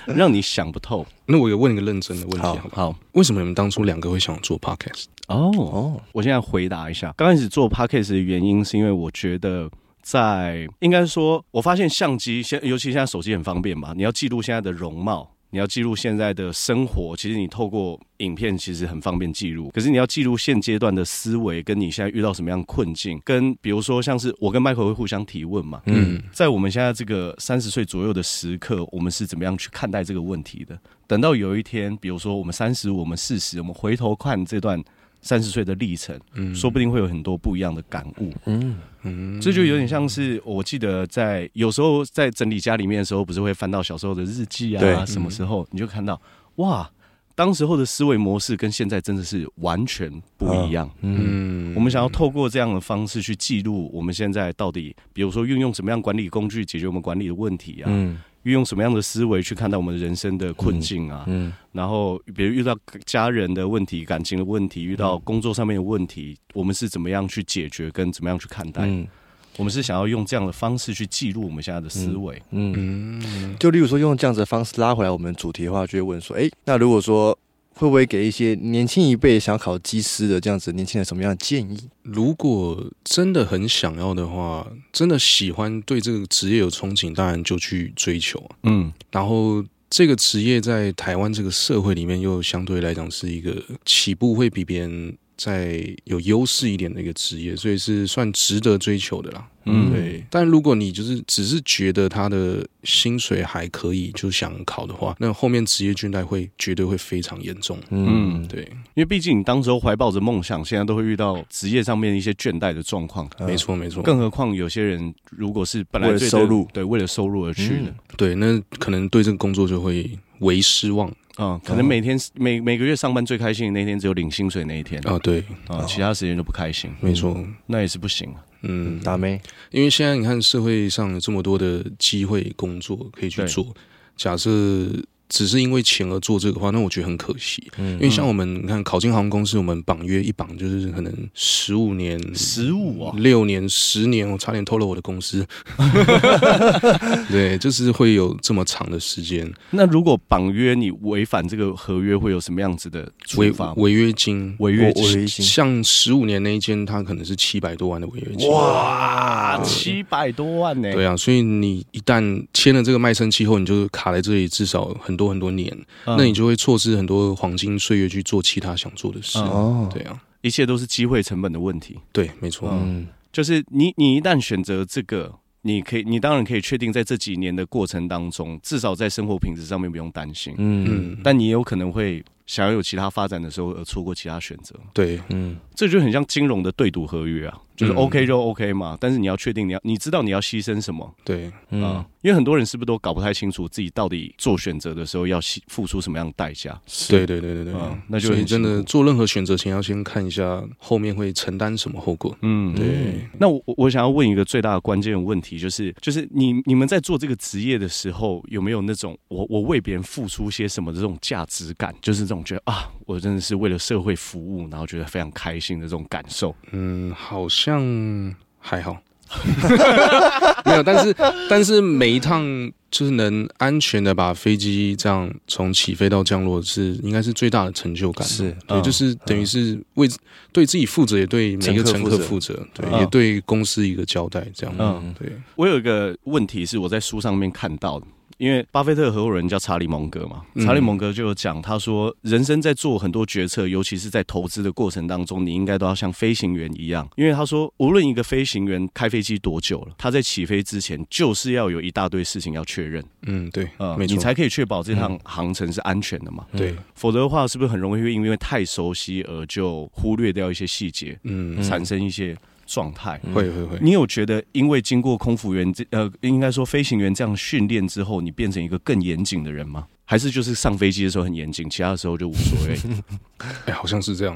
S1: 让你想不透。
S3: 那我有问一个认真的问题好吗？
S1: 好
S3: 为什么你们当初两个会想做 podcast？
S1: 哦，
S2: 哦，
S1: 我现在回答一下，刚开始做 podcast 的原因是因为我觉得。在应该说，我发现相机现，尤其现在手机很方便嘛，你要记录现在的容貌，你要记录现在的生活，其实你透过影片其实很方便记录。可是你要记录现阶段的思维，跟你现在遇到什么样的困境，跟比如说像是我跟 Michael 会互相提问嘛，
S3: 嗯，
S1: 在我们现在这个三十岁左右的时刻，我们是怎么样去看待这个问题的？等到有一天，比如说我们三十，我们四十，我们回头看这段三十岁的历程，
S3: 嗯
S1: 说不定会有很多不一样的感悟。
S2: 嗯，
S3: 嗯
S1: 这就有点像是我记得在有时候在整理家里面的时候，不是会翻到小时候的日记啊，
S2: 对
S1: 什么时候你就看到哇，当时候的思维模式跟现在真的是完全不一样。
S3: 嗯
S1: 我们想要透过这样的方式去记录我们现在到底，比如说运用什么样管理工具解决我们管理的问题啊，
S2: 嗯
S1: 运用什么样的思维去看待我们人生的困境啊，
S2: 嗯
S1: 然后比如遇到家人的问题、感情的问题，遇到工作上面的问题，我们是怎么样去解决跟怎么样去看待？
S2: 嗯
S1: 我们是想要用这样的方式去记录我们现在的思维。
S2: 嗯，
S3: 嗯
S2: 就例如说用这样子的方式拉回来我们的主题的话，就会问说，哎，那如果说会不会给一些年轻一辈想要考技师的这样子年轻人什么样的建议？
S3: 如果真的很想要的话，真的喜欢对这个职业有憧憬，当然就去追求啊。
S1: 嗯，
S3: 然后这个职业在台湾这个社会里面，又相对来讲是一个起步会比别人在有优势一点的一个职业，所以是算值得追求的啦。
S1: 嗯
S3: 对。但如果你就是只是觉得他的薪水还可以，就想考的话，那后面职业倦怠会绝对会非常严重。
S1: 嗯
S3: 对，
S1: 因为毕竟你当时候怀抱着梦想，现在都会遇到职业上面一些倦怠的状况。
S2: 嗯
S3: 没错，没错。
S1: 更何况有些人如果是本来
S2: 为了
S1: 对这
S2: 收入
S1: 对为了收入而去的，
S3: 对，那可能对这个工作就会为失望
S1: 嗯，可能每天每每个月上班最开心的那天只有领薪水那一天
S3: 啊。对，
S1: 啊，其他时间都不开心，
S3: 没错。
S1: 那也是不行啊。
S3: 嗯，
S2: 打妹，
S3: 因为现在你看社会上有这么多的机会工作可以去
S1: 对
S3: 做，假设只是因为钱而做这个话，那我觉得很可惜。
S2: 嗯
S3: 因为像我们你看考进航空公司，我们绑约一绑就是可能十五年、
S1: 食物啊，
S3: 六年、十年，我差点透露我的 公司。对，就是会有这么长的时间
S1: 那如果绑约你违反这个合约，会有什么样子的处
S3: 违
S1: 罚吗？
S3: 违约金。
S1: 违
S2: 我
S1: 约
S2: 我已经
S3: 像十五年那一间，它可能是七百多万的违约
S2: 啊
S3: 金。
S1: 哇，啊七百多万呢！
S3: 对啊，所以你一旦签了这个卖身契后，你就卡在这里至少很多很多年，
S1: 嗯，
S3: 那你就会错失很多黄金岁月去做其他想做的事。
S1: 嗯
S2: 哦，
S3: 对啊，
S1: 一切都是机会成本的问题。
S3: 对，没错。
S2: 嗯
S1: 就是你你一旦选择这个，你可以，你当然可以确定，在这几年的过程当中，至少在生活品质上面不用担心，
S2: 嗯
S3: 嗯，
S1: 但你也有可能会想要有其他发展的时候而错过其他选择。
S3: 对，
S2: 嗯，
S1: 这就很像金融的对赌合约啊，就是
S3: 嗯
S1: OK 就 OK 嘛，但是你要确定你要你知道你要牺牲什么
S3: 对，
S1: 啊、
S2: 嗯，
S1: 因为很多人是不是都搞不太清楚自己到底做选择的时候要牺付出什么样的代价？
S3: 对，对，对，对，对
S1: 嗯，那就
S3: 所以
S1: 很
S3: 真
S1: 辛
S3: 的
S1: 苦
S3: 做任何选择前，要先看一下后面会承担什么后果。
S1: 嗯，
S3: 对，
S1: 那我我我想要问一个最大的关键问题，就是就是你你们在做这个职业的时候，有没有那种我我为别人付出些什么的这种价值感，就是这种觉得啊，我真的是为了社会服务，然后觉得非常开心的这种感受？
S3: 嗯，好像还好， 没有，但是但是每一趟就是能安全的把飞机这样从起飞到降落是应该是最大的成就感，
S2: 是
S3: 对，
S1: 嗯
S3: 就是等于是为对自己负责，也对每个乘
S2: 乘客负
S3: 客
S2: 责
S3: 负责，对，
S1: 嗯
S3: 也对公司一个交代，这样，
S1: 嗯
S3: 嗯，对，
S1: 我有一个问题是我在书上面看到的。因为巴菲特的合伙人叫查理蒙格嘛，
S3: 嗯
S1: 查理蒙格就有讲，他说人生在做很多决策，尤其是在投资的过程当中，你应该都要像飞行员一样，因为他说，无论一个飞行员开飞机多久了，他在起飞之前就是要有一大堆事情要确认，
S3: 嗯，对，
S1: 呃，
S3: 没
S1: 你
S3: 错，
S1: 才可以确保这趟航程是安全的嘛，
S3: 对，
S1: 否则的话，是不是很容易会因为太熟悉而就忽略掉一些细节，
S3: 嗯，
S1: 产生一些状态？
S3: 会会会，
S1: 你有觉得，因为经过空服员这呃，应该说飞行员这样训练之后，你变成一个更严谨的人吗？还是就是上飞机的时候很严谨，其他的时候就无所 谓？
S3: 哎，好像是这样，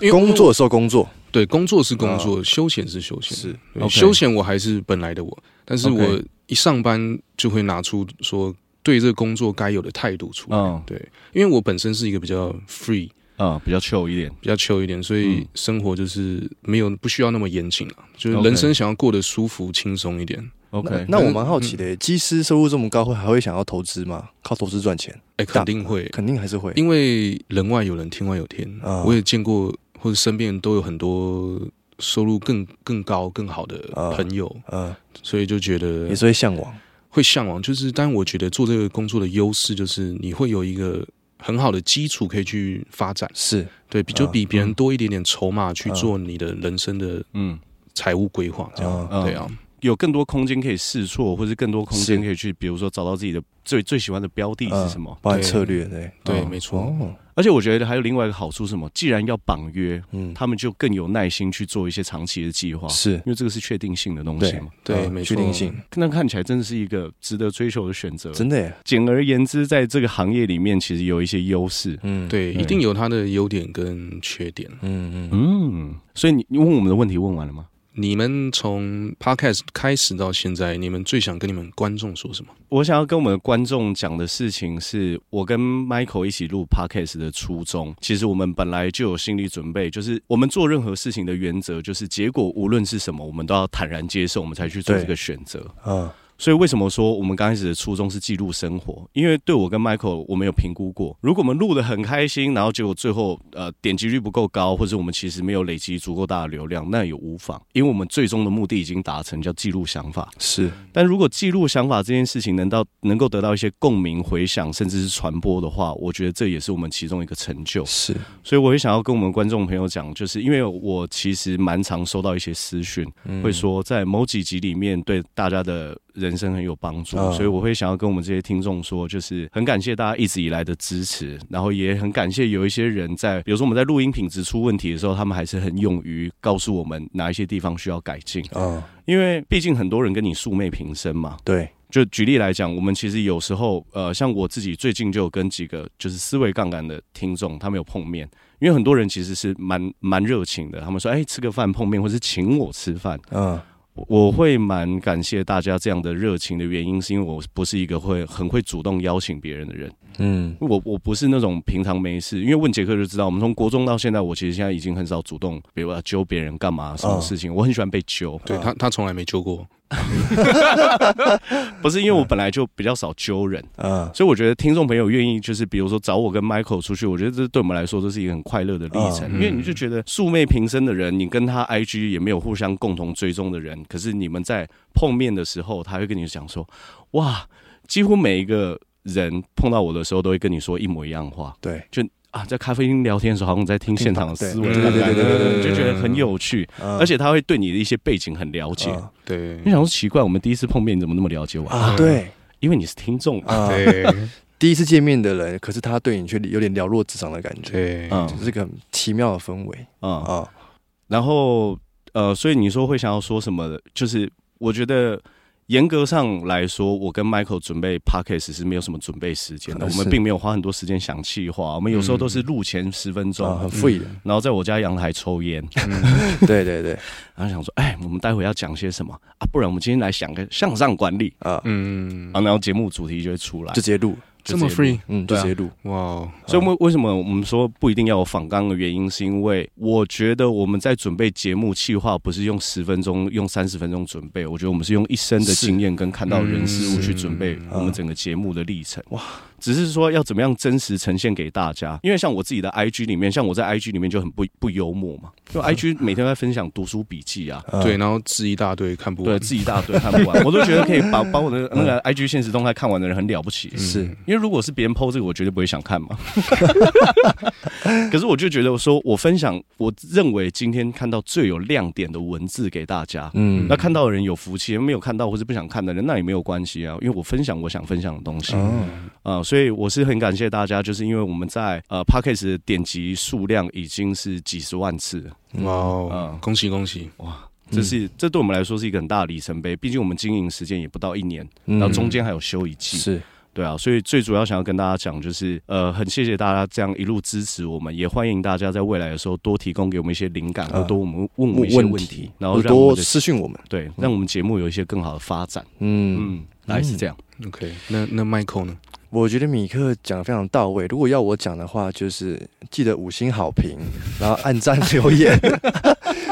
S3: 因为
S2: 工作的时候工作，
S3: 对，工作是工作，休闲是休闲，
S2: 是
S3: 对
S1: OK
S3: 休闲我还是本来的我，但是
S1: OK
S3: 我一上班就会拿出说对这个工作该有的态度出来。
S1: 嗯
S3: 对，因为我本身是一个比较 free、
S1: 啊、比较 chill 一点。
S3: 比较 chill 一点，所以
S1: 嗯
S3: 生活就是没有不需要那么严谨了，就是
S1: OK
S3: 人生想要过得舒服轻松一点。
S1: OK，
S2: 那那我蛮好奇的，机师收入这么高，会还会想要投资吗？靠投资赚钱，
S3: 哎、肯定会，
S2: 肯定还是会。
S3: 因为人外有人，天外有天。
S2: 啊
S3: 我也见过或者身边都有很多收入更更高更好的
S2: 啊
S3: 朋友，
S2: 呃，
S3: 所以就觉得
S2: 也是会向往，
S3: 会向往，就是但我觉得做这个工作的优势就是你会有一个很好的基础可以去发展，
S2: 是
S3: 对，比就
S2: 啊
S3: 比别人多一点点筹码去
S2: 嗯
S3: 做你的人生的
S1: 嗯，
S3: 财务规划，这样、
S1: 嗯
S3: 对啊，
S1: 有更多空间可以试错，或是更多空间
S3: 是
S1: 可以去，比如说找到自己的最最喜欢的标的是什么。
S2: 包含
S3: 对
S2: 策略，对
S3: 对，
S1: 嗯
S3: 没错，
S2: 哦，
S1: 而且我觉得还有另外一个好处是什么？既然要绑约，
S2: 嗯，
S1: 他们就更有耐心去做一些长期的计划，
S2: 是
S1: 因为这个是确定性的东西
S2: 对
S1: 嘛。
S3: 对，
S2: 嗯
S3: 没错，
S2: 确定性，
S1: 那看起来真的是一个值得追求的选择。
S2: 真的耶，
S1: 简而言之，在这个行业里面，其实有一些优势。
S2: 嗯，，
S3: 对，一定有它的优点跟缺点。
S2: 嗯嗯，
S1: 嗯，所以你你问我们的问题问完了吗？
S3: 你们从 podcast 开始到现在，你们最想跟你们观众说什么？
S1: 我想要跟我们的观众讲的事情是，我跟 Michael 一起录 Podcast 的初衷，其实我们本来就有心理准备，就是我们做任何事情的原则就是结果无论是什么，我们都要坦然接受，我们才去做
S2: 对
S1: 这个选择。
S2: 啊，
S1: 所以为什么说我们刚开始的初衷是记录生活？因为对我跟 Michael，我们有评估过，如果我们录的很开心，然后结果最后呃点击率不够高，或者我们其实没有累积足够大的流量，那也无妨，因为我们最终的目的已经达成，叫记录想法。
S2: 是
S1: 但如果记录想法这件事情能到能够得到一些共鸣、回响，甚至是传播的话，我觉得这也是我们其中一个成就。
S2: 是，
S1: 所以我也想要跟我们观众朋友讲，就是因为我其实蛮常收到一些私讯，
S2: 嗯
S1: 会说在某几集里面对大家的人生很有帮助，
S2: 嗯
S1: 所以我会想要跟我们这些听众说，就是很感谢大家一直以来的支持，然后也很感谢有一些人在，比如说我们在录音品质出问题的时候，他们还是很勇于告诉我们哪一些地方需要改进，
S2: 啊，
S1: 因为毕竟很多人跟你素昧平生嘛，
S2: 对，
S1: 就举例来讲，我们其实有时候，呃，像我自己最近就有跟几个就是思维杠杆的听众，他们有碰面，因为很多人其实是蛮蛮热情的，他们说，哎、吃个饭碰面，或是请我吃饭，
S2: 啊，
S1: 我我会蛮感谢大家这样的热情的原因，是因为我不是一个会很会主动邀请别人的人，
S2: 嗯，
S1: 我我不是那种平常没事，因为问杰克就知道，我们从国中到现在，我其实现在已经很少主动，比如说要揪别人干嘛什么事情，我很喜欢被揪，
S3: 对他，他从来没揪过，
S1: 不是因为我本来就比较少揪人。
S2: 啊，
S1: 所以我觉得听众朋友愿意就是比如说找我跟 Michael 出去，我觉得这对我们来说都是一个很快乐的历程，
S3: 嗯
S1: 因为你就觉得素昧平生的人，你跟他 IG 也没有互相共同追踪的人，可是你们在碰面的时候，他会跟你讲说，哇，几乎每一个人碰到我的时候都会跟你说一模一样的话。
S2: 对，
S1: 啊，在咖啡厅聊天的时候，好像在听现场的思维，
S3: 对对对对对对对
S1: 就觉得很有趣，而且他会对你的一些背景很了解。
S2: 啊
S3: 对
S1: 你，想说奇怪，我们第一次碰面你怎么那么了解我？
S2: 啊，对
S1: 因为你是听众嘛。
S2: 啊，
S3: 对，
S2: 第一次见面的人，可是他对你却有点了若指掌的感觉，
S3: 对，
S1: 嗯
S2: 这是个很奇妙的氛围
S1: 嗯，
S2: 啊。
S1: 然后呃，所以你说会想要说什么的？就是我觉得严格上来说，我跟 Michael 准备 podcast 是没有什么准备时间的，
S2: 呃
S1: 我
S2: 是嗯
S1: 们并没有花很多时间想气话，我们有时候都是嗯录前十分钟，
S2: 啊，很 free 的，
S1: 然后在我家阳台抽 烟，
S3: 嗯
S2: 对对对，
S1: 然后想说，哎，我们待会要讲些什么啊？不然我们今天来想个向上管理
S2: 啊，
S3: 嗯，
S1: 啊，然后节目主题就会出来
S2: 就直。接录，
S3: 这么
S1: 就直接
S3: free，
S2: 嗯，就
S1: 对啊
S2: 直接录，
S3: 哇哦，
S1: 所以，我们为什么我们说不一定要有仿纲的原因，是因为我觉得我们在准备节目企划，不是用十分钟、用三十分钟准备，我觉得我们是用一生的
S2: 是
S1: 经验跟看到的人事物
S3: 嗯
S1: 去准备
S3: 是
S1: 我们整个节目的历程。
S2: 哇
S1: 哇，只是说要怎么样真实呈现给大家，因为像我自己的 IG 里面，像我在 IG 里面就很不不幽默嘛，就 IG 每天都在分享读书笔记啊。
S2: 啊
S3: 对，，然后字一大堆看不
S1: 对
S3: 完，
S1: 自己一大堆看不完，我都觉得可以把把我的那个 IG 现实动态看完的人很了不起。
S3: 嗯
S2: 是
S1: 因为如果是别人 PO 这个，我绝对不会想看嘛。 可是我就觉得，我说我分享，我认为今天看到最有亮点的文字给大家。
S2: 嗯
S1: 那看到的人有福气，没有看到或是不想看的人，那也没有关系啊，因为我分享我想分享的东西啊、
S2: 哦，
S1: 所以我是很感谢大家，就是因为我们在呃 p o d c a s t 的点击数量已经是几十万次了，
S3: 哇哦
S1: 嗯，
S3: 恭喜恭喜，
S2: 嗯
S1: 这是、这对我们来说是一个很大的里程碑，毕竟我们经营时间也不到一年，
S2: 嗯
S1: 然后中间还有休一季，
S2: 是
S1: 对啊，所以最主要想要跟大家讲就是，呃，很谢谢大家这样一路支持我们，也欢迎大家在未来的时候多提供给我们一些灵感，
S2: 啊
S1: 或多我们问我们一些嗯问题，然后让我
S2: 多
S1: 们的
S2: 私讯我们，
S1: 对让我们节目有一些更好的发展。
S2: 嗯，
S1: 嗯，大概是这样。
S3: OK，那那 Michael 呢？
S2: 我觉得米克讲的非常到位。如果要我讲的话，就是记得五星好评，然后按赞 留言，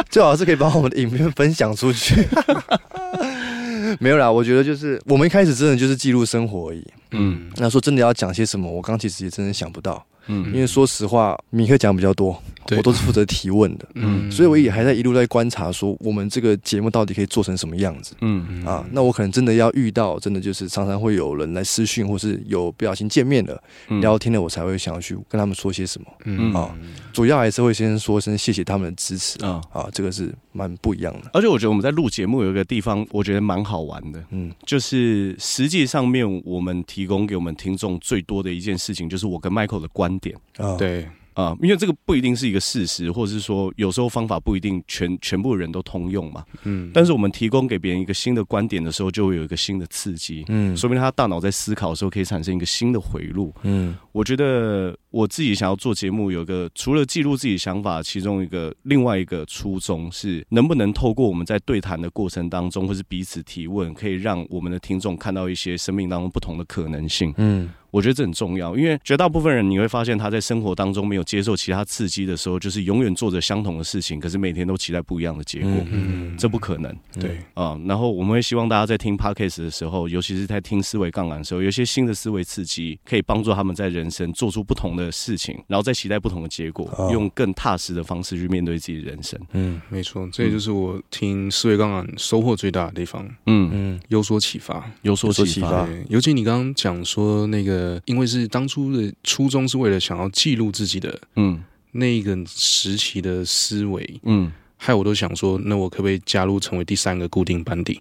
S2: 最好是可以把我们的影片分享出去。 没有啦，我觉得就是我们一开始真的就是记录生活而已。
S1: 嗯
S2: 那说真的要讲些什么，我刚其实也真的想不到，因
S1: 嗯
S2: 为说实话，米克讲比较多，
S3: 对
S2: 我都是负责提问的，
S1: 嗯
S2: 所以我也还在一路在观察，说我们这个节目到底可以做成什么样子。
S1: 嗯
S2: 啊，那我可能真的要遇到，真的就是常常会有人来私讯，或是有不小心见面了、
S1: 嗯
S2: 聊天了，我才会想要去跟他们说些什么。
S3: 嗯
S2: 啊主要还是会先说声谢谢他们的支持
S1: 啊。
S2: 啊，这个是蛮不一样的。
S1: 而且我觉得我们在录节目有一个地方，我觉得蛮好玩的，
S2: 嗯，
S1: 就是实际上面我们提供给我们听众最多的一件事情，就是我跟 Michael 的观点。
S2: 啊，，
S3: 对，
S1: 啊、因为这个不一定是一个事实，或者是说有时候方法不一定全全部人都通用嘛。
S3: 嗯，
S1: 但是我们提供给别人一个新的观点的时候，就会有一个新的刺激，
S2: 嗯
S1: 说明他大脑在思考的时候可以产生一个新的回路。
S2: 嗯
S1: 我觉得我自己想要做节目，有一个除了记录自己想法，其中一个另外一个初衷是，能不能透过我们在对谈的过程当中，或是彼此提问，可以让我们的听众看到一些生命当中不同的可能性。
S2: 嗯
S1: 我觉得这很重要，因为绝大部分人你会发现他在生活当中没有接受其他刺激的时候，就是永远做着相同的事情，可是每天都期待不一样的结果，
S3: 嗯，
S1: 这不可能
S3: 对，
S1: 啊、然后我们会希望大家在听 podcast 的时候，尤其是在听思维杠杆的时候，有一些新的思维刺激，可以帮助他们在人生做出不同的事情，然后再期待不同的结果，
S2: 哦
S1: 用更踏实的方式去面对自己的人生。
S2: 嗯
S3: 没错，这也就是我听思维杠杆收获最大的地方，
S1: 嗯，
S2: 嗯
S3: 有所启发。
S1: 有所
S2: 有所
S1: 启
S2: 启
S1: 发
S2: 发。
S3: 对，尤其你刚刚讲说那个，因为是当初的初衷是为了想要记录自己的
S1: 嗯
S3: 那个时期的思维，
S1: 嗯，
S3: 害我都想说，那我可不可以加入成为第三个固定班底？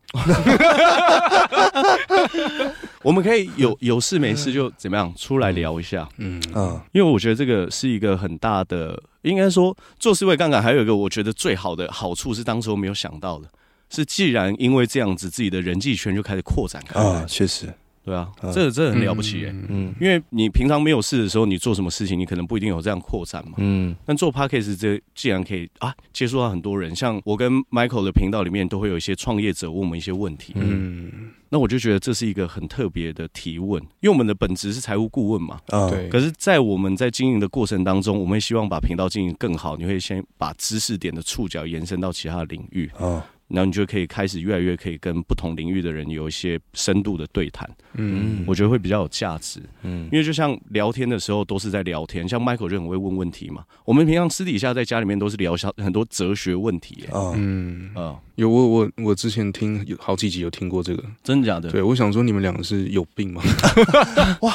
S1: 我们可以有有事没事就 怎么样出来聊一下。
S3: 嗯
S2: 啊，
S1: 因为我觉得这个是一个很大的，应该说做思维杠杆还有一个我觉得最好的好处是当时我没有想到的，是既然因为这样子自己的人际圈就开始扩展开
S2: 啊，
S1: 来，
S2: 确实，
S1: 对啊，
S2: 嗯
S1: 这这很了不起耶、
S2: 嗯
S1: 因为你平常没有事的时候，你做什么事情，你可能不一定有这样扩展嘛。
S2: 嗯
S1: 但做 podcast 这既然可以啊，接触到很多人，像我跟 Michael 的频道里面都会有一些创业者问我们一些问题，
S3: 嗯，
S1: 那我就觉得这是一个很特别的提问，因为我们的本职是财务顾问嘛，
S2: 啊，
S3: 对，
S1: 可是，在我们在经营的过程当中，我们会希望把频道经营更好。你会先把知识点的触角延伸到其他的领域，
S2: 啊，
S1: 然后你就可以开始越来越可以跟不同领域的人有一些深度的对谈。
S3: 嗯
S1: 我觉得会比较有价值，
S2: 嗯
S1: 因为就像聊天的时候都是在聊天，像 Michael 就很会问问题嘛。我们平常私底下在家里面都是聊一下很多哲学问题、耶
S2: 啊，
S3: 嗯，
S1: 嗯，
S3: 有我我我之前听有好几集有听过这个，
S1: 真的假的？
S3: 对我想说你们两个是有病吗？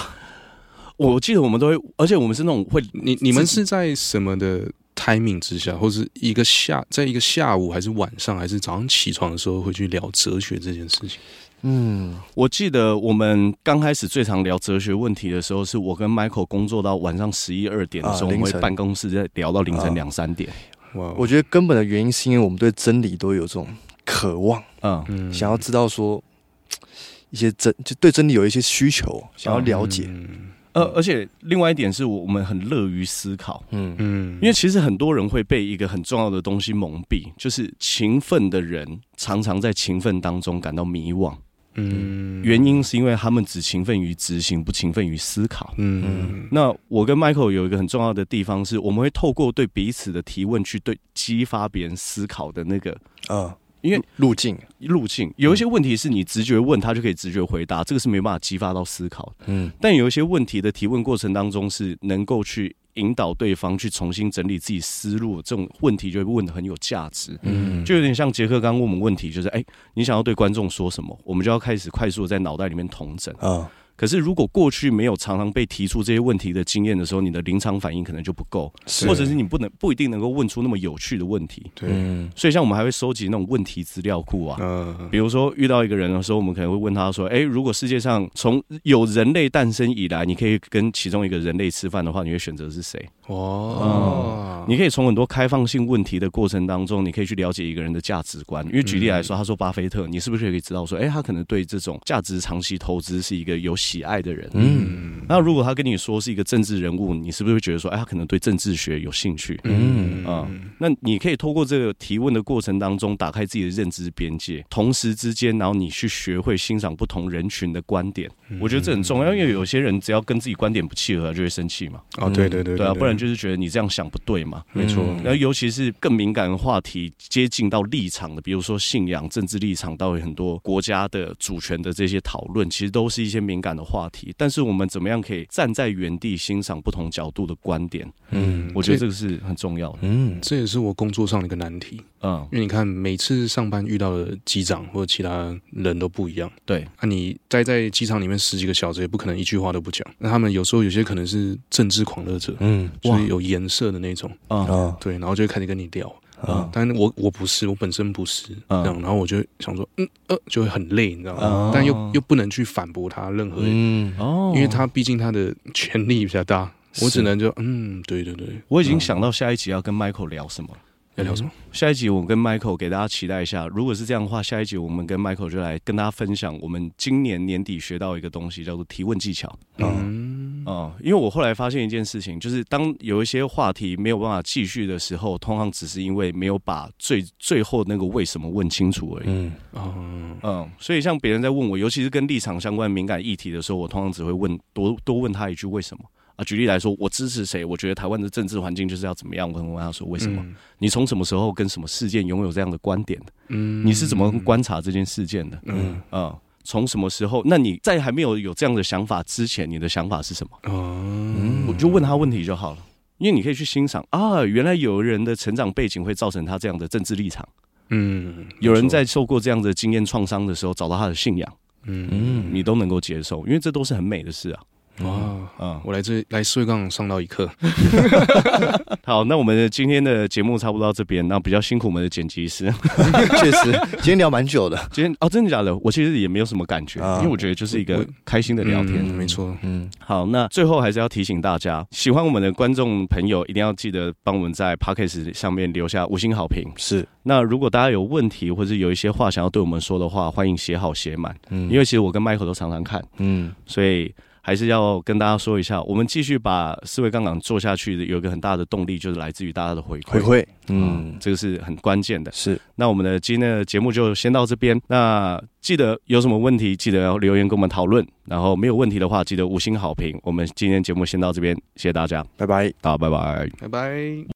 S1: 我记得我们都会，而且我们是那种会
S3: 你你们是在什么的 timing 之下，或是一个下，在一个下午还是晚上还是早上起床的时候会去聊哲学这件事情？
S2: 嗯，
S1: 我记得我们刚开始最常聊哲学问题的时候，是我跟 Michael 工作到晚上十一二点的时候，
S2: 啊
S1: 我们
S2: 凌
S1: 会
S2: 晨啊
S1: 办公室在聊到凌晨两三点。
S3: 哇，
S2: 我觉得根本的原因是因为我们对真理都有这种渴望，
S1: 嗯，
S3: 嗯
S2: 想要知道说嗯一些真，就对真理有一些需求，想要了解。
S3: 嗯
S1: 而、而且另外一点是我们很乐于思考，
S2: 嗯
S3: 嗯
S1: 因为其实很多人会被一个很重要的东西蒙蔽，就是勤奋的人常常在勤奋当中感到迷惘，
S3: 嗯
S1: 原因是因为他们只勤奋于执行，不勤奋于思考。
S3: 嗯
S1: 那我跟 Michael 有一个很重要的地方是，我们会透过对彼此的提问去对激发别人思考的那个
S2: 啊，
S1: 因为
S2: 路路径，
S1: 路
S3: 嗯
S1: 径。有一些问题是你直觉问他就可以直觉回答，这个是没办法激发到思考的。
S2: 嗯
S1: 但有一些问题的提问过程当中是能够去引导对方去重新整理自己思路，这种问题就会问的很有价值。
S2: 嗯，
S1: 就有点像杰克刚刚问我们问题，就是哎、你想要对观众说什么？我们就要开始快速地在脑袋里面统整。
S2: 啊，
S1: 可是如果过去没有常常被提出这些问题的经验的时候，你的临场反应可能就不够，
S2: 是
S1: 或者是你不能不一定能够问出那么有趣的问题。
S3: 对
S2: 嗯
S1: 所以像我们还会收集那种问题资料库啊。
S3: 呃
S1: 比如说遇到一个人的时候，我们可能会问他说：“哎，如果世界上从有人类诞生以来，你可以跟其中一个人类吃饭的话，你会选择是谁
S2: 啊
S3: 哇
S1: 你可以从很多开放性问题的过程当中，你可以去了解一个人的价值观。因为举例
S2: 嗯
S1: 来说，他说巴菲特，你是不是可以知道说，哎，他可能对这种价值长期投资是一个有喜爱的人？
S2: 嗯
S1: 那如果他跟你说是一个政治人物，你是不是会觉得说，哎，他可能对政治学有兴趣？
S2: 嗯
S1: 啊、那你可以透过这个提问的过程当中，打开自己的认知边界，同时之间，然后你去学会欣赏不同人群的观点。
S2: 嗯
S1: 我觉得这很重要，因为有些人只要跟自己观点不契合，就会生气嘛，
S3: 哦对对对
S1: 对啊，不然就是觉得你这样想不对嘛。
S3: 没错
S1: 然后，尤其是更敏感的话题，接近到立场的，比如说信仰、政治立场，到有很多国家的主权的这些讨论，其实都是一些敏感的话题。但是我们怎么样可以站在原地欣赏不同角度的观点？
S2: 嗯
S1: 我觉得这个是很重要的。
S2: 嗯
S3: 这也是我工作上的一个难题，
S1: 嗯，
S3: 因为你看每次上班遇到的机长或者其他人都不一样。
S1: 对，
S3: 那、你待在机场里面十几个小时，也不可能一句话都不讲。那他们有时候有些可能是政治狂热者，
S2: 嗯
S1: 哇
S3: 所以有颜色的那种，
S1: 啊、
S2: 啊
S3: 对，然后就会开始跟你聊。啊
S2: 啊，
S3: 但我我不是，我本身不是
S1: 嗯
S3: 这样，然后我就想说，嗯呃，就会很累，你知道
S1: 哦
S3: 吗？但又又不能去反驳他任何，
S2: 嗯
S1: 哦
S3: 因为他毕竟他的权力比较大，我
S2: 是
S3: 只能就嗯，对对对，
S1: 我已经想到下一集要跟 Michael 聊什么了。
S3: 要聊什么？
S1: 下一集我跟 Michael 给大家期待一下。如果是这样的话，下一集我们跟 Michael 就来跟大家分享我们今年年底学到一个东西，叫做提问技巧。
S3: 嗯
S1: 啊、因为我后来发现一件事情，就是当有一些话题没有办法继续的时候，通常只是因为没有把最最后那个为什么问清楚而已。
S2: 嗯
S3: 啊，
S1: 嗯，所以像别人在问我，尤其是跟立场相关敏感议题的时候，我通常只会问多多问他一句为什么啊。举例来说，我支持谁？我觉得台湾的政治环境就是要怎么样？我可能问他说为什么？你从什么时候跟什么事件拥有这样的观点的？
S3: 嗯
S1: 你是怎么观察这件事件的？
S3: 嗯
S1: 嗯，从什么时候？那你在还没有有这样的想法之前，你的想法是什么？
S3: 啊
S1: 我就问他问题就好了，因为你可以去欣赏啊，原来有人的成长背景会造成他这样的政治立场，
S3: 嗯，
S1: 有人在受过这样的经验创伤的时候找到他的信仰，
S3: 嗯
S2: 嗯，
S1: 你都能够接受，因为这都是很美的事啊。
S3: 哇，
S1: 啊、
S3: 我来这来社会杠上到一课，
S1: 好，那我们的今天的节目差不多到这边，那比较辛苦我们的剪辑师。
S2: 确实，今天聊蛮久的，
S1: 今天哦，真的假的？我其实也没有什么感觉，
S2: 啊
S1: 因为我觉得就是一个
S3: 我
S1: 开心的聊天。
S3: 嗯没错，
S2: 嗯
S1: 好，那最后还是要提醒大家，喜欢我们的观众朋友一定要记得帮我们在 p o c k e t 上面留下五星好评。
S2: 是，
S1: 那如果大家有问题或者有一些话想要对我们说的话，欢迎写好写满，
S2: 嗯
S1: 因为其实我跟 Michael 都常常看，
S2: 嗯
S1: 所以还是要跟大家说一下，我们继续把思维杠杆做下去的，有一个很大的动力就是来自于大家的回馈。
S2: 回馈，
S1: 嗯
S2: 嗯，
S1: 这个是很关键的。
S2: 是，
S1: 那我们的今天的节目就先到这边。那记得有什么问题，记得要留言跟我们讨论。然后没有问题的话，记得五星好评。我们今天节目先到这边，谢谢大家，
S2: 拜拜。
S1: 大家拜拜。
S3: 拜拜。